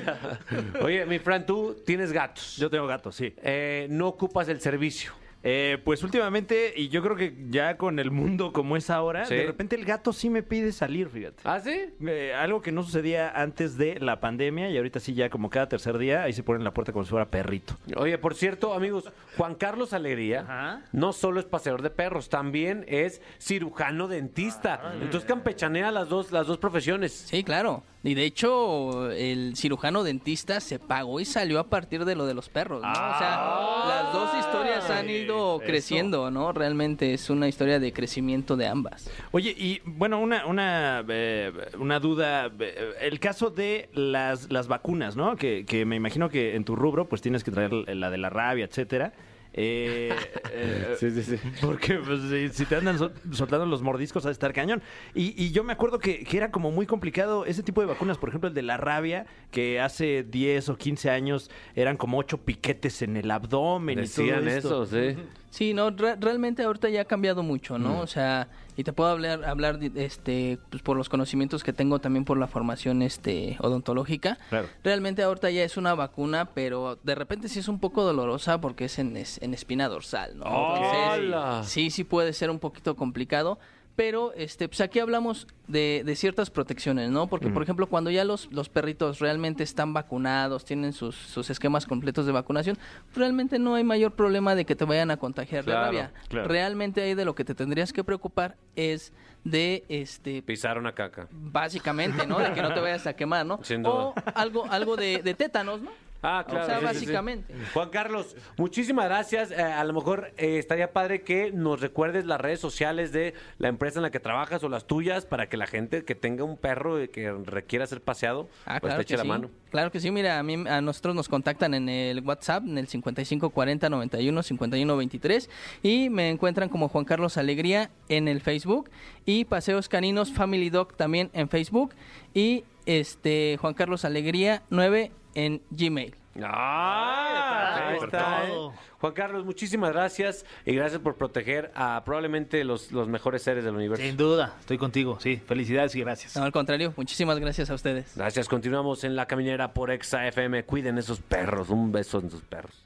[SPEAKER 2] Oye, mi Fran, tú tienes gatos.
[SPEAKER 3] Yo tengo gatos, sí.
[SPEAKER 2] Eh, no ocupas el servicio.
[SPEAKER 3] Eh, pues últimamente, y yo creo que ya con el mundo como es ahora,
[SPEAKER 2] Sí.
[SPEAKER 3] de repente el gato sí me pide salir, fíjate.
[SPEAKER 2] ¿Ah, sí?
[SPEAKER 3] Eh, algo que no sucedía antes de la pandemia y ahorita sí ya como cada tercer día ahí se pone en la puerta como si fuera perrito.
[SPEAKER 2] Oye, por cierto, amigos, Juan Carlos Alegría
[SPEAKER 4] Ajá.
[SPEAKER 2] no solo es paseador de perros, también es cirujano dentista. Entonces campechanea las dos, las dos profesiones.
[SPEAKER 10] Sí, claro. Y de hecho, el cirujano dentista se pagó y salió a partir de lo de los perros, ¿no? O sea, las dos historias han ido creciendo, ¿no? Realmente es una historia de crecimiento de ambas.
[SPEAKER 3] Oye, y bueno, una, una, eh, una duda, eh, el caso de las, las vacunas, ¿no? Que, que me imagino que en tu rubro pues tienes que traer la de la rabia, etcétera.
[SPEAKER 14] Eh, eh,
[SPEAKER 3] Sí, sí, sí.
[SPEAKER 14] Porque pues, si, si te andan sol- soltando los mordiscos a estar cañón. Y, y yo me acuerdo que, que era como muy complicado ese tipo de vacunas, por ejemplo el de la rabia, que hace 10 o 15 años eran como ocho piquetes en el abdomen y
[SPEAKER 15] Decían
[SPEAKER 14] todo esto.
[SPEAKER 15] eso, sí.
[SPEAKER 10] Sí, no, re- realmente ahorita ya ha cambiado mucho, ¿no? O sea, y te puedo hablar, hablar de- este, pues por los conocimientos que tengo también por la formación este, odontológica.
[SPEAKER 14] Claro.
[SPEAKER 10] Realmente ahorita ya es una vacuna, pero de repente sí es un poco dolorosa porque es en, es- en espina dorsal, ¿no?
[SPEAKER 15] ¡Hala!
[SPEAKER 10] sí, sí puede ser un poquito complicado. Pero este, pues aquí hablamos de, de ciertas protecciones, ¿no? Porque, por ejemplo, cuando ya los, los perritos realmente están vacunados, tienen sus, sus esquemas completos de vacunación, realmente no hay mayor problema de que te vayan a contagiar
[SPEAKER 5] Claro,
[SPEAKER 10] de rabia.
[SPEAKER 14] claro.
[SPEAKER 10] Realmente ahí de lo que te tendrías que preocupar es de este
[SPEAKER 15] Pisar una caca.
[SPEAKER 10] básicamente, ¿no? De que no te vayas a quemar, ¿no?
[SPEAKER 15] Sin
[SPEAKER 10] O algo, algo de, de tétanos, ¿no?
[SPEAKER 15] Ah,
[SPEAKER 10] O sea, básicamente.
[SPEAKER 2] Juan Carlos, muchísimas gracias. Eh, a lo mejor eh, estaría padre que nos recuerdes las redes sociales de la empresa en la que trabajas o las tuyas para que la gente que tenga un perro y que requiera ser paseado,
[SPEAKER 10] Ah,
[SPEAKER 2] pues
[SPEAKER 10] claro
[SPEAKER 2] te eche
[SPEAKER 10] que
[SPEAKER 2] la
[SPEAKER 10] sí.
[SPEAKER 2] mano.
[SPEAKER 10] Claro que sí, mira, a, mí, a nosotros nos contactan en el WhatsApp, en el 5540-91-5123 y me encuentran como Juan Carlos Alegría en el Facebook y Paseos Caninos Family Dog también en Facebook y este Juan Carlos Alegría 9 en Gmail.
[SPEAKER 2] Ah,
[SPEAKER 4] Ahí
[SPEAKER 2] ahí
[SPEAKER 4] está,
[SPEAKER 2] está,
[SPEAKER 4] por
[SPEAKER 2] ¿eh?
[SPEAKER 4] todo.
[SPEAKER 2] Juan Carlos, muchísimas gracias y gracias por proteger a probablemente los, los mejores seres del universo.
[SPEAKER 4] Sin duda, estoy contigo, sí. Felicidades y gracias.
[SPEAKER 10] No, al contrario, muchísimas gracias a ustedes.
[SPEAKER 2] Gracias, continuamos en La Caminera por Exa FM. Cuiden esos perros, un beso en sus perros.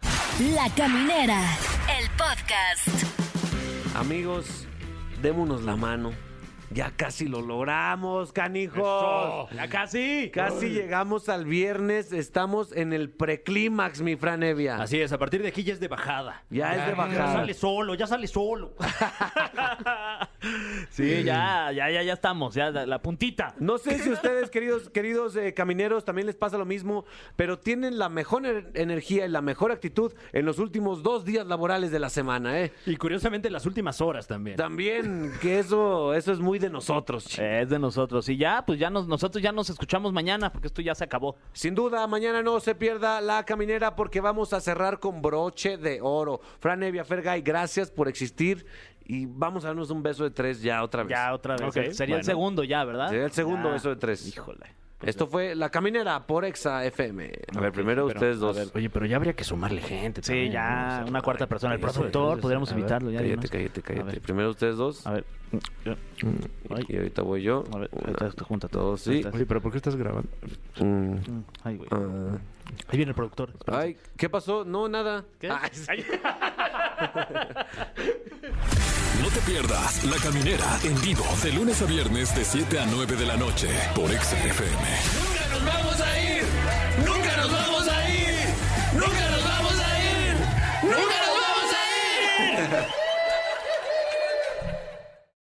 [SPEAKER 6] La Caminera, el podcast.
[SPEAKER 2] Amigos, démonos la mano. Ya casi lo logramos, canijos.
[SPEAKER 4] ¡Ya casi!
[SPEAKER 2] Casi llegamos al viernes, estamos en el preclímax, mi Fran Evia.
[SPEAKER 3] Así es, a partir de aquí ya es de bajada.
[SPEAKER 2] Ya es de
[SPEAKER 3] Ya
[SPEAKER 2] bajada.
[SPEAKER 3] sale solo, ya sale solo.
[SPEAKER 4] Sí, ya, ya, ya, ya estamos, ya la, la puntita.
[SPEAKER 2] No sé si ustedes, queridos, queridos eh, camineros, también les pasa lo mismo, pero tienen la mejor ener- energía y la mejor actitud en los últimos dos días laborales de la semana, ¿eh?
[SPEAKER 3] Y curiosamente las últimas horas también.
[SPEAKER 2] También que eso, eso es muy de nosotros. chi.
[SPEAKER 4] Es de nosotros. Y ya, pues ya nos, nosotros ya nos escuchamos mañana porque esto ya se acabó.
[SPEAKER 2] Sin duda, mañana no se pierda la caminera porque vamos a cerrar con broche de oro. Fran Evia Fergay, gracias por existir y vamos a darnos un beso de tres ya otra vez.
[SPEAKER 4] Ya otra vez.
[SPEAKER 3] Pues, Ok,
[SPEAKER 4] Sería
[SPEAKER 3] bueno.
[SPEAKER 4] el segundo ya, ¿verdad?
[SPEAKER 2] Sería el segundo
[SPEAKER 4] Ya.
[SPEAKER 2] beso de tres.
[SPEAKER 4] Híjole.
[SPEAKER 2] Esto fue La Caminera por Exa FM. A ver, primero
[SPEAKER 3] Pero,
[SPEAKER 2] ustedes
[SPEAKER 3] a
[SPEAKER 2] dos.
[SPEAKER 3] ver, oye, pero ya habría que sumarle gente.
[SPEAKER 4] Sí,
[SPEAKER 3] también, ¿no? O
[SPEAKER 4] ya,
[SPEAKER 3] sea,
[SPEAKER 4] una cuarta persona. El
[SPEAKER 3] cállese,
[SPEAKER 4] productor,
[SPEAKER 3] cállese.
[SPEAKER 4] podríamos
[SPEAKER 3] A ver,
[SPEAKER 4] invitarlo ya. de
[SPEAKER 2] cállate,
[SPEAKER 4] una vez.
[SPEAKER 2] cállate, cállate.
[SPEAKER 4] A ver.
[SPEAKER 2] Primero ustedes dos.
[SPEAKER 4] A ver. Ay,
[SPEAKER 2] Y ahorita voy yo.
[SPEAKER 4] A ver,
[SPEAKER 2] Una,
[SPEAKER 4] ahorita te junta tú.
[SPEAKER 2] dos,
[SPEAKER 4] Ahí
[SPEAKER 2] sí.
[SPEAKER 4] estás.
[SPEAKER 3] Oye, pero ¿por qué estás grabando?
[SPEAKER 2] Mm,
[SPEAKER 4] Ay, güey.
[SPEAKER 2] ah.
[SPEAKER 4] Ahí viene el productor.
[SPEAKER 2] Ay, ¿qué pasó? No, nada. Ah,
[SPEAKER 1] No te pierdas La Caminera en vivo de lunes a viernes de 7 a 9 de la noche por Exa FM.